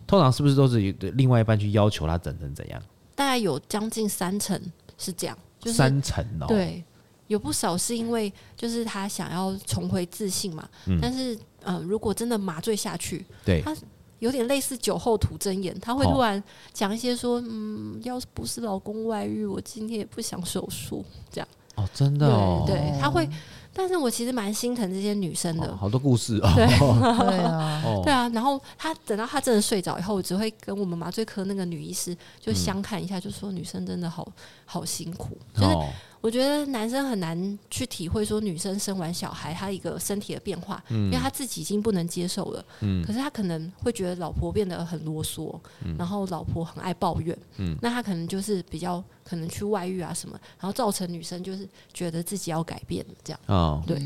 Speaker 1: 通常是不是都是有另外一半去要求他整成怎样？
Speaker 4: 大概有将近三成是这样，就是
Speaker 1: 三层哦，，
Speaker 4: 对，有不少是因为就是他想要重回自信嘛，
Speaker 1: 嗯
Speaker 4: 但是呃，如果真的麻醉下去，
Speaker 1: 对
Speaker 4: 他有点类似酒后吐真言，他会
Speaker 1: 哦
Speaker 4: 突然讲一些说，嗯，要是不是老公外遇，我今天也不想手术，这样，
Speaker 1: 哦，真的
Speaker 4: 对、
Speaker 1: 哦，
Speaker 4: 对，他会，但是我其实蛮心疼这些女生的，
Speaker 1: 哦好多故事
Speaker 4: 对
Speaker 1: 哦，
Speaker 3: 对 啊，
Speaker 1: 哦
Speaker 4: 对啊，然后他等到他真的睡着以后，我只会跟我们麻醉科那个女医师就相看一下，就说女生真的好好辛苦。就是
Speaker 1: 哦
Speaker 4: 我觉得男生很难去体会说女生生完小孩她一个身体的变化，
Speaker 1: 嗯
Speaker 4: 因为她自己已经不能接受了。可是他可能会觉得老婆变得很啰嗦，
Speaker 1: 嗯
Speaker 4: 然后老婆很爱抱怨。那他可能就是比较可能去外遇啊什么，然后造成女生就是觉得自己要改变这样。
Speaker 1: 哦，
Speaker 4: 对，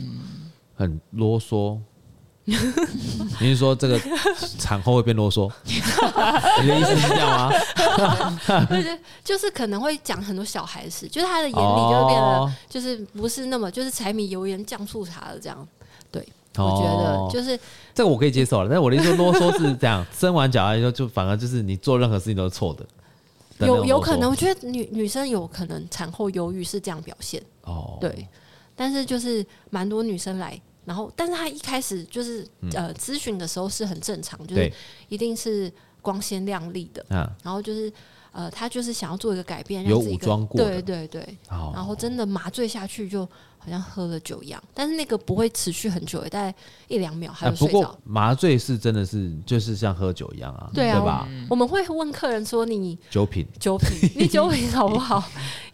Speaker 1: 很啰嗦。你是说这个产后会变啰 嗦？你的意思是这样吗？
Speaker 4: 就是就是可能会讲很多小孩事，就是他的眼里就会变得
Speaker 1: 哦
Speaker 4: 就是不是那么就是柴米油盐酱醋茶的这样。对，我觉
Speaker 1: 哦
Speaker 4: 得就是
Speaker 1: 这个我可以接受了，但是我的意思说啰嗦是这样，生完小孩以后就反而就是你做任何事情都是错的，的那种
Speaker 4: 有有
Speaker 1: 啰嗦
Speaker 4: 可能，我觉得女女生有可能产后忧郁是这样表现，
Speaker 1: 哦，
Speaker 4: 对。但是就是蛮多女生来，然后但是她一开始就是呃咨询的时候是很正常，就
Speaker 1: 嗯
Speaker 4: 是
Speaker 1: 对
Speaker 4: 一定是光鲜亮丽的，
Speaker 1: 啊，
Speaker 4: 然后就是呃她就是想要做一个改变，让
Speaker 1: 有
Speaker 4: 自己
Speaker 1: 武
Speaker 4: 一个
Speaker 1: 装过的
Speaker 4: 对对对，然
Speaker 1: 哦，
Speaker 4: 后真的麻醉下去，就好像喝了酒一样，但是那个不会持续很久，大概一两秒还
Speaker 1: 哎
Speaker 4: 有
Speaker 1: 不
Speaker 4: 睡着。
Speaker 1: 过麻醉是真的是就是像喝酒一样啊，
Speaker 4: 对啊
Speaker 1: 吧？
Speaker 4: 我们会问客人说：“你
Speaker 1: 酒品
Speaker 4: 酒品，你酒品好不好？”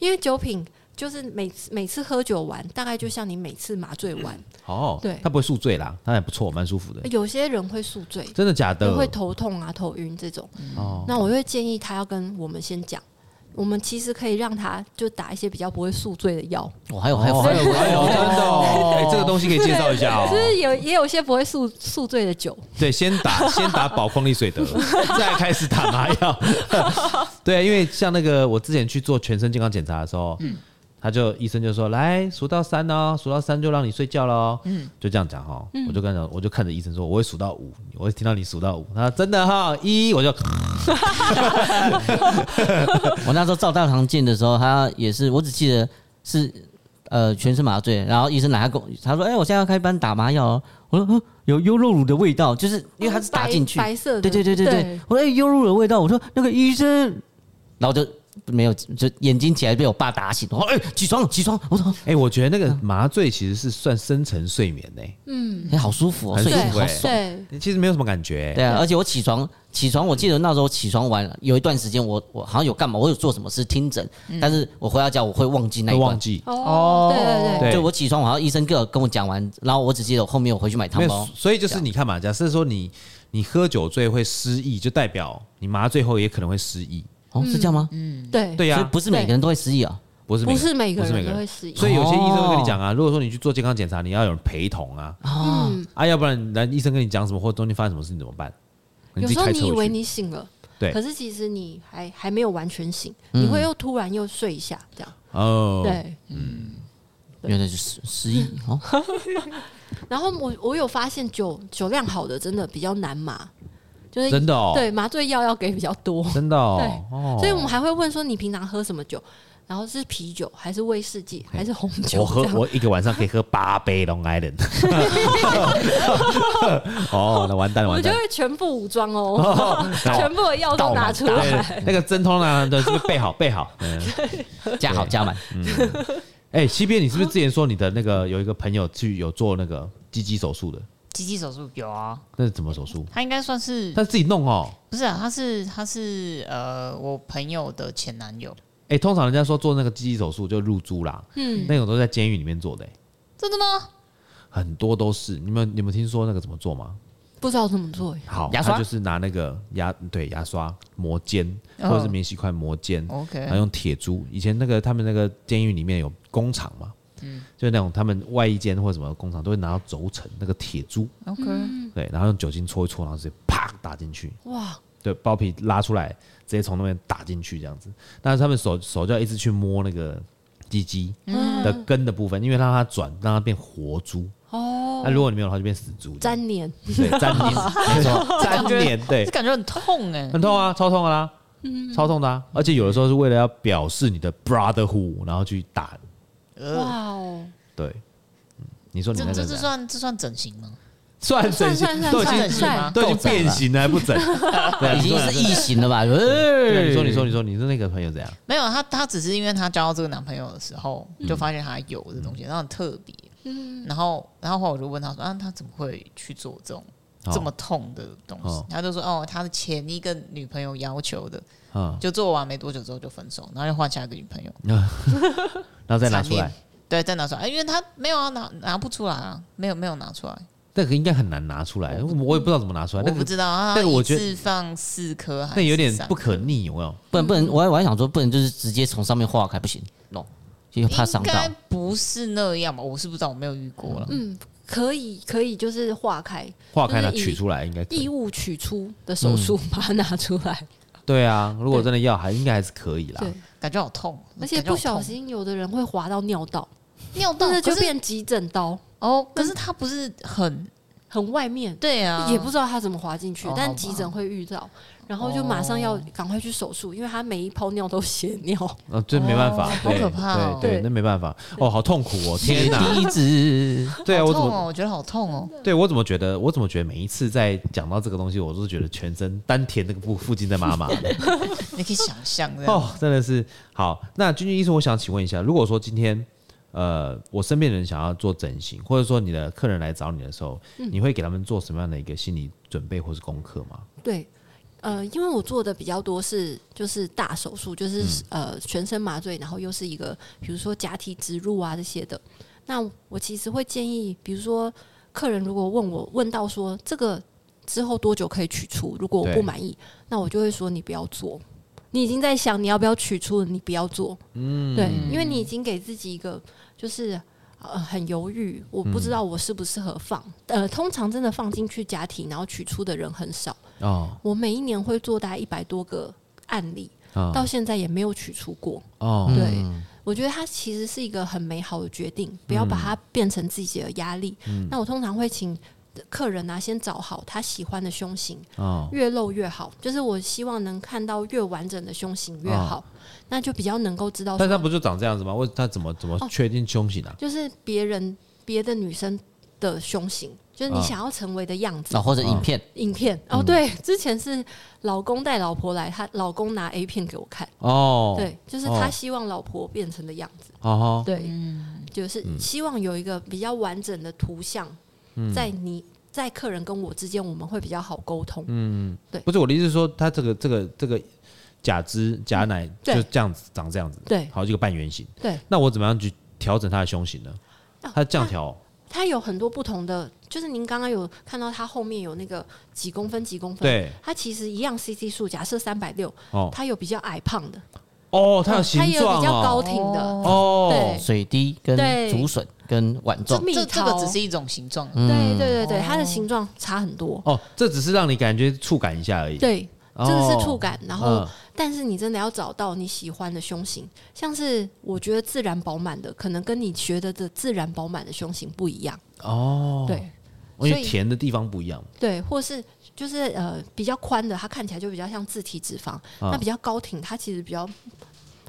Speaker 4: 因为酒品就是每次每次喝酒完，大概就像你每次麻醉完，
Speaker 1: 哦，
Speaker 4: 对
Speaker 1: 他不会宿醉啦，他还不错，蛮舒服的，
Speaker 4: 有些人会宿醉，
Speaker 1: 真的假
Speaker 4: 人
Speaker 1: 的？
Speaker 4: 会头痛啊、头晕这种。
Speaker 1: 哦，
Speaker 4: 那我会建议他要跟我们先讲，我们其实可以让他就打一些比较不会宿醉的药。
Speaker 2: 我还有还有
Speaker 1: 哦还有还有真的 哦，哎，这个东西可以介绍一下哦
Speaker 4: 就，是有也有些不会宿宿醉的酒，
Speaker 1: 对，先打先打宝矿力水得，再开始打麻药。 对，因为像那个我之前去做全身健康检查的时候，他就医生就说来数到三哦，数到三就让你睡觉喽。嗯，就这样讲哈，我就跟他我就看着医生说，我会数到五，我会听到你数到五。他说真的哈，一我就
Speaker 2: 我那时候照大肠镜的时候，他也是，我只记得是呃全身麻醉，然后医生拿他跟我他说：“哎、我现在要开班打麻药、哦。”我说：“嗯，有优酪乳的味道，就是因为他是打进去，
Speaker 4: 白白色的，
Speaker 2: 对对对对对。我说：“哎、优酪乳的味道。”我说：“那个医生，然后就没有，就眼睛起来被我爸打醒。我说：“哎、起床，起床！”我说
Speaker 1: 哎、我觉得那
Speaker 2: 嗯
Speaker 1: 个麻醉其实是算深层睡眠呢、：“
Speaker 2: 哎、好舒服哦，
Speaker 1: 很
Speaker 2: 睡
Speaker 1: 舒
Speaker 2: 得
Speaker 1: 服
Speaker 2: 好
Speaker 1: 哎
Speaker 2: 爽。”
Speaker 4: 嗯对，
Speaker 1: 其实没有什么感觉、
Speaker 2: 对啊，而且我起床，起床，我记得那时候起床完了，有一段时间我我好像有干嘛，我有做什么事听诊，但是我回到家我会忘记那
Speaker 1: 会
Speaker 2: 一段
Speaker 1: 忘，记。
Speaker 4: 哦，对对对，
Speaker 1: 对
Speaker 2: 就我起床，我好像医生跟我跟我讲完，然后我只记得我后面我回去买
Speaker 1: 没
Speaker 2: 汤
Speaker 1: 有
Speaker 2: 包，，
Speaker 1: 所以就是你看嘛，假设说你你喝酒醉会失忆，就代表你麻醉后也可能会失忆。
Speaker 2: 哦，是这样吗？
Speaker 3: 嗯
Speaker 4: 对
Speaker 1: 嗯对呀、
Speaker 2: 所以不是每个人都会失忆啊。
Speaker 1: 不是每
Speaker 4: 不
Speaker 1: 个
Speaker 4: 是哦每个
Speaker 1: 不是每
Speaker 4: 人
Speaker 1: 个
Speaker 4: 都会
Speaker 1: 人。
Speaker 4: 适应。
Speaker 1: 所以有些医生会跟你讲啊，如果说你去做健康检查，你要有人陪同啊，
Speaker 2: 哦，
Speaker 4: 嗯
Speaker 1: 啊，要不然来医生跟你讲什么，或者中间发生什么事，你怎么办？你自
Speaker 4: 有
Speaker 1: 己
Speaker 4: 时候
Speaker 1: 开
Speaker 4: 你
Speaker 1: 车
Speaker 4: 以
Speaker 1: 回
Speaker 4: 为
Speaker 1: 去
Speaker 4: 你醒了，
Speaker 1: 对嗯
Speaker 4: 可是其实你还还没有完全醒，你会又突然又睡一下，这样，
Speaker 1: 哦，
Speaker 4: 对。对
Speaker 2: 原来就是失忆哦，
Speaker 4: 然后我我有发现酒酒量好的真的比较难麻，就是
Speaker 1: 真的哦，
Speaker 4: 对麻醉药要给比较多，
Speaker 1: 真的哦，
Speaker 4: 对
Speaker 1: 哦
Speaker 4: 所以我们还会问说你平常喝什么酒，然后是啤酒还是威士忌还是红酒？
Speaker 1: 我喝
Speaker 4: 这样
Speaker 1: 我一个晚上可以喝八杯 Long Island，哦，那完蛋了，
Speaker 4: 我
Speaker 1: 完
Speaker 4: 们就
Speaker 1: 蛋了。
Speaker 4: 会全部武装 哦，全部的药都拿出
Speaker 1: 倒满
Speaker 4: 来。
Speaker 1: 对那个针头呢？对，是不是备好备好？ 嗯，
Speaker 2: 加好加满，
Speaker 1: 哎，西边，你是不是之前说你的那个有一个朋友去有做那个鸡鸡手术的？
Speaker 3: 鸡鸡手术有啊，
Speaker 1: 那是怎么手术？
Speaker 3: 他应该算是
Speaker 1: 他自己弄哦。
Speaker 3: 不是啊？他是他是呃，我朋友的前男友，
Speaker 1: 哎，通常人家说做那个鸡鸡手术就入猪啦，
Speaker 4: 嗯，
Speaker 1: 那种都是在监狱里面做的，哎
Speaker 3: 真的吗？
Speaker 1: 很多都是。你们你们听说那个怎么做吗？
Speaker 4: 不知道怎么做欸耶。
Speaker 1: 好，
Speaker 2: 牙刷
Speaker 1: 他就是拿那个牙对牙刷磨尖，
Speaker 3: 哦
Speaker 1: 或者是免洗块磨尖，然后
Speaker 3: OK，
Speaker 1: 用铁珠。以前那个他们那个监狱里面有工厂嘛，嗯，就是那种他们外衣间或者什么工厂都会拿到轴承那个铁珠，
Speaker 3: OK，
Speaker 1: 对，然后用酒精搓一搓，然后直接啪打进去，
Speaker 4: 哇，
Speaker 1: 对，包皮拉出来，直接从那边打进去这样子。但是他们手手就要一直去摸那个鸡鸡的根的部分，因为让它转，让它变活猪。哦，那如果你没有的话，就变死猪。
Speaker 4: 粘黏，
Speaker 1: 对，粘黏，没错，粘黏，对
Speaker 3: 这，感觉很痛哎、
Speaker 1: 很痛啊，超痛的啦，超痛的啊！而且有的时候是为了要表示你的 brotherhood，然后去打。
Speaker 3: 呃，
Speaker 4: 哇哦，
Speaker 1: 对，嗯你说你
Speaker 3: 这
Speaker 1: 那
Speaker 3: 这
Speaker 1: 个怎
Speaker 3: 这
Speaker 1: 样
Speaker 3: 算这算整形吗？
Speaker 1: 算整
Speaker 4: 算
Speaker 1: 形
Speaker 4: 算，算
Speaker 1: 都已
Speaker 4: 算
Speaker 1: 经
Speaker 4: 算，
Speaker 1: 都已经
Speaker 2: 够整了
Speaker 1: 变形了还不整？ 对啊，
Speaker 2: 已
Speaker 1: 你
Speaker 2: 经
Speaker 1: 说
Speaker 2: 是异形了吧？哎
Speaker 1: 对啊你
Speaker 2: 你
Speaker 1: 说你说你说你是那个朋友怎样？
Speaker 3: 没有，她她只是因为她交到这个男朋友的时候，
Speaker 1: 嗯
Speaker 3: 就发现他有这东西，然后很特别。
Speaker 4: 嗯，
Speaker 3: 然后，然后后来我就问她说：“啊，她怎么会去做这种
Speaker 1: 哦
Speaker 3: 这么痛的东西
Speaker 1: 哦？”
Speaker 3: 她就说：“哦，她的前一个女朋友要求的，
Speaker 1: 啊，
Speaker 3: 就做完没多久之后就分手，然后又换下一个女朋友，
Speaker 1: 嗯然后再拿出
Speaker 3: 残
Speaker 1: 来
Speaker 3: 念，对，再拿出来，因为她没有啊，拿拿不出来啊，没有没有拿出来，
Speaker 1: 那个应该很难拿出来，我我也不知道怎么拿出来，
Speaker 3: 我
Speaker 1: 那
Speaker 3: 不
Speaker 1: 个
Speaker 3: 知道啊。
Speaker 1: 那个我觉得
Speaker 3: 一次放四颗还是
Speaker 1: 那有点
Speaker 3: 三
Speaker 1: 不可逆，有没有？
Speaker 2: 不能不能，我还我还想说，不能就是直接从上面化开，不行，no，就怕伤
Speaker 3: 应
Speaker 2: 到
Speaker 3: 该。不是那样吧？我是不知道，我没有遇过了。
Speaker 4: 嗯，可以可以，就是化开
Speaker 1: 化开它
Speaker 4: 就是以
Speaker 1: 取出来应该可以
Speaker 4: 异物取出的手术，把它拿出来。
Speaker 1: 对啊，如果真的要还应该还是可以啦
Speaker 4: 对。，
Speaker 3: 感觉好痛，
Speaker 4: 而且
Speaker 3: 感觉好
Speaker 4: 不小
Speaker 3: 痛
Speaker 4: 心有的人会滑到尿道，
Speaker 3: 尿道
Speaker 4: 但是
Speaker 3: 可
Speaker 4: 就是嗯变急诊刀，
Speaker 3: 哦，可是它不是很
Speaker 4: 很外面，
Speaker 3: 对啊，
Speaker 4: 也不知道他怎么滑进去
Speaker 3: 哦，好
Speaker 4: 但
Speaker 3: 吧
Speaker 4: 急诊会遇到，然后就马上要赶快去手术，因为他每一泡尿都血尿。
Speaker 1: 啊，这没办法，
Speaker 3: 哦
Speaker 1: 对
Speaker 3: 好可怕哦
Speaker 1: 对对，
Speaker 4: 对
Speaker 1: 那没办法，哦，好痛苦哦，天哪！
Speaker 2: 第一只
Speaker 1: 对啊，
Speaker 3: 好
Speaker 1: 我怎
Speaker 3: 痛
Speaker 1: 么
Speaker 3: 哦，我觉得好痛哦，
Speaker 1: 对我怎么觉得，我怎么觉得每一次在讲到这个东西，我都是觉得全身丹田那个部附近在麻麻的
Speaker 3: 你可以想象
Speaker 4: 啊
Speaker 3: 这样，
Speaker 1: 哦，真的是好。那君君医生，我想请问一下，如果说今天呃我身边的人想要做整形，或者说你的客人来找你的时候，
Speaker 4: 嗯
Speaker 1: 你会给他们做什么样的一个心理准备或是功课吗？
Speaker 4: 对，呃，因为我做的比较多是就是大手术，就是、呃全身麻醉，然后又是一个比如说假体植入啊这些的。那我其实会建议，比如说客人如果问我问到说这个之后多久可以取出，如果我
Speaker 1: 对
Speaker 4: 不满意，那我就会说你不要做。你已经在想你要不要取出了，你不要做。嗯，对，因为你已经给自己一个就是呃很犹豫，我不知道我适不适合放。呃，通常真的放进去假体，然后取出的人很少。
Speaker 1: 哦，
Speaker 4: 我每一年会做大概一百多个案例，
Speaker 1: 啊
Speaker 4: 到现在也没有取出过。
Speaker 1: 哦，
Speaker 4: 对，我觉得它其实是一个很美好的决定，不要把它变成自己的压力。
Speaker 1: 嗯
Speaker 4: 那我通常会请客人啊，先找好他喜欢的胸型，
Speaker 1: 哦，
Speaker 4: 越露越好。就是我希望能看到越完整的胸型越好，那就比较能够知道
Speaker 1: 啊但他
Speaker 4: 说，
Speaker 1: 不就长这样子吗？为他怎么怎么
Speaker 4: 哦
Speaker 1: 确定胸型啊？
Speaker 4: 就是别人别的女生的胸型，就是你
Speaker 1: 啊哦嗯
Speaker 4: 想要成为的样子
Speaker 2: 啊，。或者影片，
Speaker 4: 影片哦，对，之前是老公带老婆来，他老公拿 A 片给我看，
Speaker 1: 哦，
Speaker 4: 对，就是
Speaker 1: 哦
Speaker 4: 他希望老婆变成的样子，
Speaker 1: 哦嗯
Speaker 4: 对，
Speaker 3: 嗯
Speaker 4: 就是希望有一个比较完整的图像，在你在客人跟我之间，我们会比较好沟通。
Speaker 1: 嗯不是我的意思是说，他这个这个这个假肢假奶
Speaker 4: 嗯对
Speaker 1: 就这样子长这样子，
Speaker 4: 对
Speaker 1: 好几个半圆形。
Speaker 4: 对，
Speaker 1: 那我怎么样去调整它的胸型呢？
Speaker 4: 啊
Speaker 1: 它这样调哦，
Speaker 4: 它有很多不同的，就是您刚刚有看到它后面有那个几公分几公分，
Speaker 1: 对，
Speaker 4: 它其实一样 CC 数，假设三百六，
Speaker 1: 哦
Speaker 4: 它有比较矮胖的，
Speaker 1: 哦，它有形
Speaker 4: 它也有
Speaker 1: 状
Speaker 4: 比较高
Speaker 1: 哦，
Speaker 4: 挺的，
Speaker 1: 哦
Speaker 4: 对，
Speaker 2: 水滴跟
Speaker 4: 对
Speaker 2: 竹笋跟碗
Speaker 4: 这
Speaker 2: 状，
Speaker 4: 蜜
Speaker 3: 这这个
Speaker 4: 桃
Speaker 3: 只是一嗯种形状，
Speaker 1: 嗯
Speaker 4: 对对对对，它的形状差很多。
Speaker 1: 哦，这只是让你感觉触感一下而已，
Speaker 4: 对，
Speaker 1: 哦，
Speaker 4: 真的是触感。然后
Speaker 1: 嗯，，
Speaker 4: 但是你真的要找到你喜欢的胸型，像是我觉得自然饱满的，可能跟你觉得的自然饱满的胸型不一样。
Speaker 1: 哦，
Speaker 4: 对
Speaker 1: 哦，因
Speaker 4: 所
Speaker 1: 为
Speaker 4: 以
Speaker 1: 甜的地方不一样，
Speaker 4: 对，或是就是呃比较宽的，它看起来就比较像自体脂肪；
Speaker 1: 啊
Speaker 4: 那比较高挺，它其实比较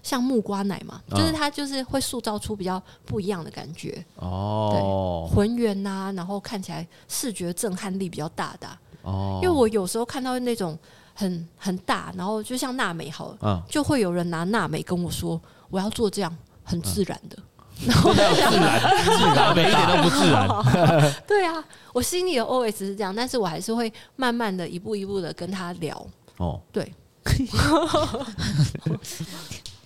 Speaker 4: 像木瓜奶嘛，就是
Speaker 1: 嗯
Speaker 4: 它就是会塑造出比较不一样的感觉，
Speaker 1: 哦，
Speaker 4: 浑圆呐，然后看起来视觉震撼力比较大的啊、
Speaker 1: 哦，
Speaker 4: 因为我有时候看到那种很很大，然后就像娜美好了，
Speaker 1: 嗯
Speaker 4: 就会有人拿娜美跟我说我要做这样很自然的，
Speaker 1: 自然，自然，一点都不自然。
Speaker 4: 对啊，我心里的 OS 是这样，但是我还是会慢慢的一步一步的跟他聊，
Speaker 1: 哦，
Speaker 4: 对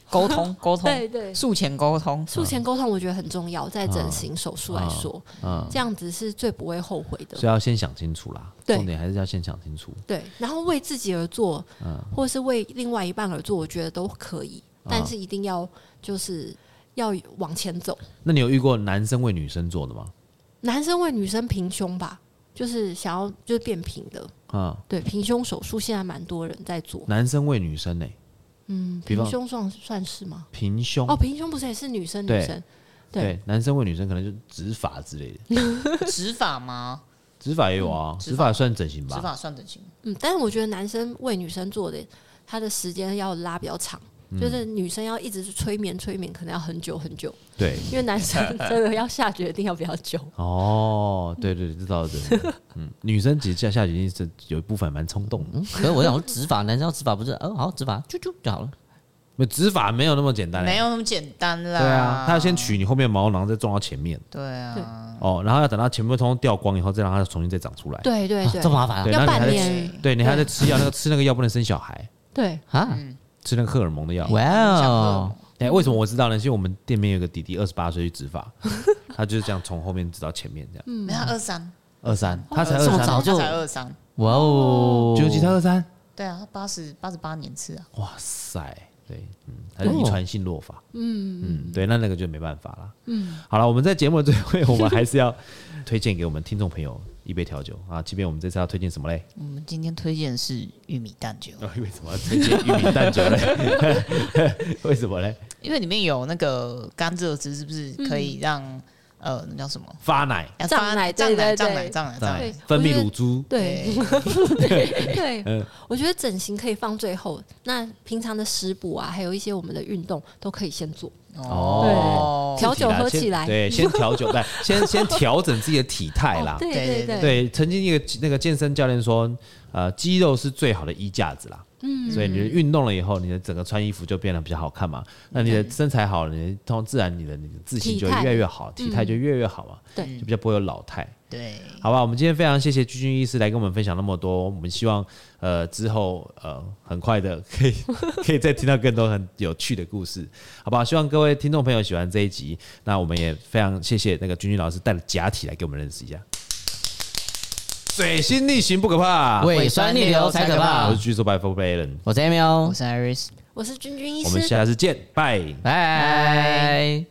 Speaker 3: 沟 通沟通，
Speaker 4: 对对，
Speaker 3: 术前沟 通，
Speaker 4: 术前沟通我觉得很重要，在整形手术来说，
Speaker 1: 嗯，
Speaker 4: 这样子是最不会后悔
Speaker 1: 所
Speaker 4: 的
Speaker 1: 以，要先想清楚啦，
Speaker 4: 对
Speaker 1: 重点还是要先想清楚。
Speaker 4: 对，然后为自己而做
Speaker 1: 嗯，
Speaker 4: 或是为另外一半而做，我觉得都可以，但是一定要就是要往前走。
Speaker 1: 那你有遇过男生为女生做的吗？
Speaker 4: 男生为女生平胸吧，就是想要就是变平的，
Speaker 1: 嗯，
Speaker 4: 对，平胸手术现在蛮多人在做，
Speaker 1: 男生为女生呢、
Speaker 4: 嗯，
Speaker 1: 比
Speaker 4: 平
Speaker 1: 方
Speaker 4: 胸算算是吗？
Speaker 1: 平胸
Speaker 4: 哦，平胸不是也是女生
Speaker 1: 对
Speaker 4: 女生？对
Speaker 1: 对，男生为女生可能就指法之类的，
Speaker 3: 指法吗？
Speaker 1: 指法也有啊，
Speaker 3: 指
Speaker 1: 指法算整形
Speaker 3: 指
Speaker 1: 吧？
Speaker 3: 法算整形吗，
Speaker 4: 嗯，但是我觉得男生为女生做的，他的时间要拉比较长。
Speaker 1: 嗯
Speaker 4: 就是女生要一直催眠，催眠可能要很久很久，
Speaker 1: 对，
Speaker 4: 因为男生 真的要下决定要比较 久。
Speaker 1: 哦，对对，知道的。嗯，女生其实下下决定是有一部分蛮冲动
Speaker 4: 嗯
Speaker 1: 的，
Speaker 2: 可是我想说指法，男生要指法不是？哦，好，指法啾啾就好了。
Speaker 1: 那指法没有那么简单、欸，
Speaker 3: 没有那么简单啦。
Speaker 1: 对啊，嗯他要先取你后面的毛，然后再种到前面，
Speaker 3: 对啊，
Speaker 1: 哦，然后要等到前面通通掉光以后，再让它重新再长出来。
Speaker 4: 对对
Speaker 2: 啊
Speaker 4: 对
Speaker 2: 这，么麻烦啊
Speaker 1: 对，
Speaker 4: 要
Speaker 1: 那你
Speaker 4: 半
Speaker 1: 还在
Speaker 4: 年。
Speaker 1: 对你还在吃药，那个吃那个药不能生小孩，
Speaker 4: 对，
Speaker 2: 啊！
Speaker 1: 吃那个荷尔蒙的药。
Speaker 2: 哇哦，
Speaker 1: 哎、为什么我知道呢？是因为我们店面有个弟弟，二十八岁去植 发，他就是这样从后面植到前面这样。
Speaker 4: 嗯
Speaker 3: 没有他二三，
Speaker 1: 二三，他才二
Speaker 2: 这么
Speaker 1: 三，
Speaker 2: 早就
Speaker 3: 他才二三，
Speaker 2: 哇哦，
Speaker 1: 九几才二三，
Speaker 3: 对啊，他八十八十八年次啊，
Speaker 1: 哇塞，对，嗯，他是遗传性落发，嗯嗯，对，那那个就没办法啦。嗯，好了，我们在节目的最后，我们还是要推荐给我们听众朋友一杯调酒啊。即便我们这次要推荐什么嘞？
Speaker 3: 我们今天推荐的是玉米蛋酒，
Speaker 1: 啊， 为什么要推荐玉米蛋酒嘞？ 为什么嘞？
Speaker 3: 因为里面有那个甘蔗汁，是不是可
Speaker 4: 嗯
Speaker 3: 以让、呃那叫什么？
Speaker 1: 发奶，
Speaker 3: 啊
Speaker 4: 胀
Speaker 3: 发
Speaker 4: 奶
Speaker 3: 胀
Speaker 4: 对
Speaker 3: 奶、
Speaker 4: 对
Speaker 3: 胀奶、
Speaker 4: 对
Speaker 3: 胀
Speaker 1: 对
Speaker 3: 奶、胀奶。
Speaker 1: 分泌乳汁，
Speaker 4: 对 对
Speaker 1: 嗯
Speaker 4: 对，我觉得整形可以放最后，那平常的食补啊，还有一些我们的运动都可以先做。
Speaker 1: 哦，
Speaker 4: 对调酒喝起来
Speaker 1: 先对，先调酒，对， 先先调整自己的体态啦
Speaker 4: 哦。对
Speaker 3: 对对
Speaker 4: 对对，
Speaker 1: 对，曾经一个那个健身教练说，呃，肌肉是最好的衣架子啦。嗯，所以你运动了以后，你的整个穿衣服就变得比较好看
Speaker 4: 嗯
Speaker 1: 嘛。那你的身材好了，你的通自然你的你的自信就
Speaker 4: 体态嗯
Speaker 1: 越来越好，体态就越来越好嘛。
Speaker 4: 对
Speaker 1: 就比较不会有老态。
Speaker 3: 对，
Speaker 1: 好吧，我们今天非常谢谢鞠军医师来跟我们分享那么多，我们希望呃之后呃很快的可以可以再听到更多很有趣的故事，好不好？希望各位听众朋友喜欢这一集，那我们也非常谢谢那个君君老师带了假体来给我们认识一下。水星逆行不可怕，
Speaker 2: 胃酸逆流才可怕
Speaker 1: 我是。巨兽拜 For Balen，
Speaker 2: 我是 a m i
Speaker 3: 我是 Iris。
Speaker 4: 我是君君医
Speaker 1: 我们
Speaker 4: 师。
Speaker 1: 下次见，拜。
Speaker 2: 拜。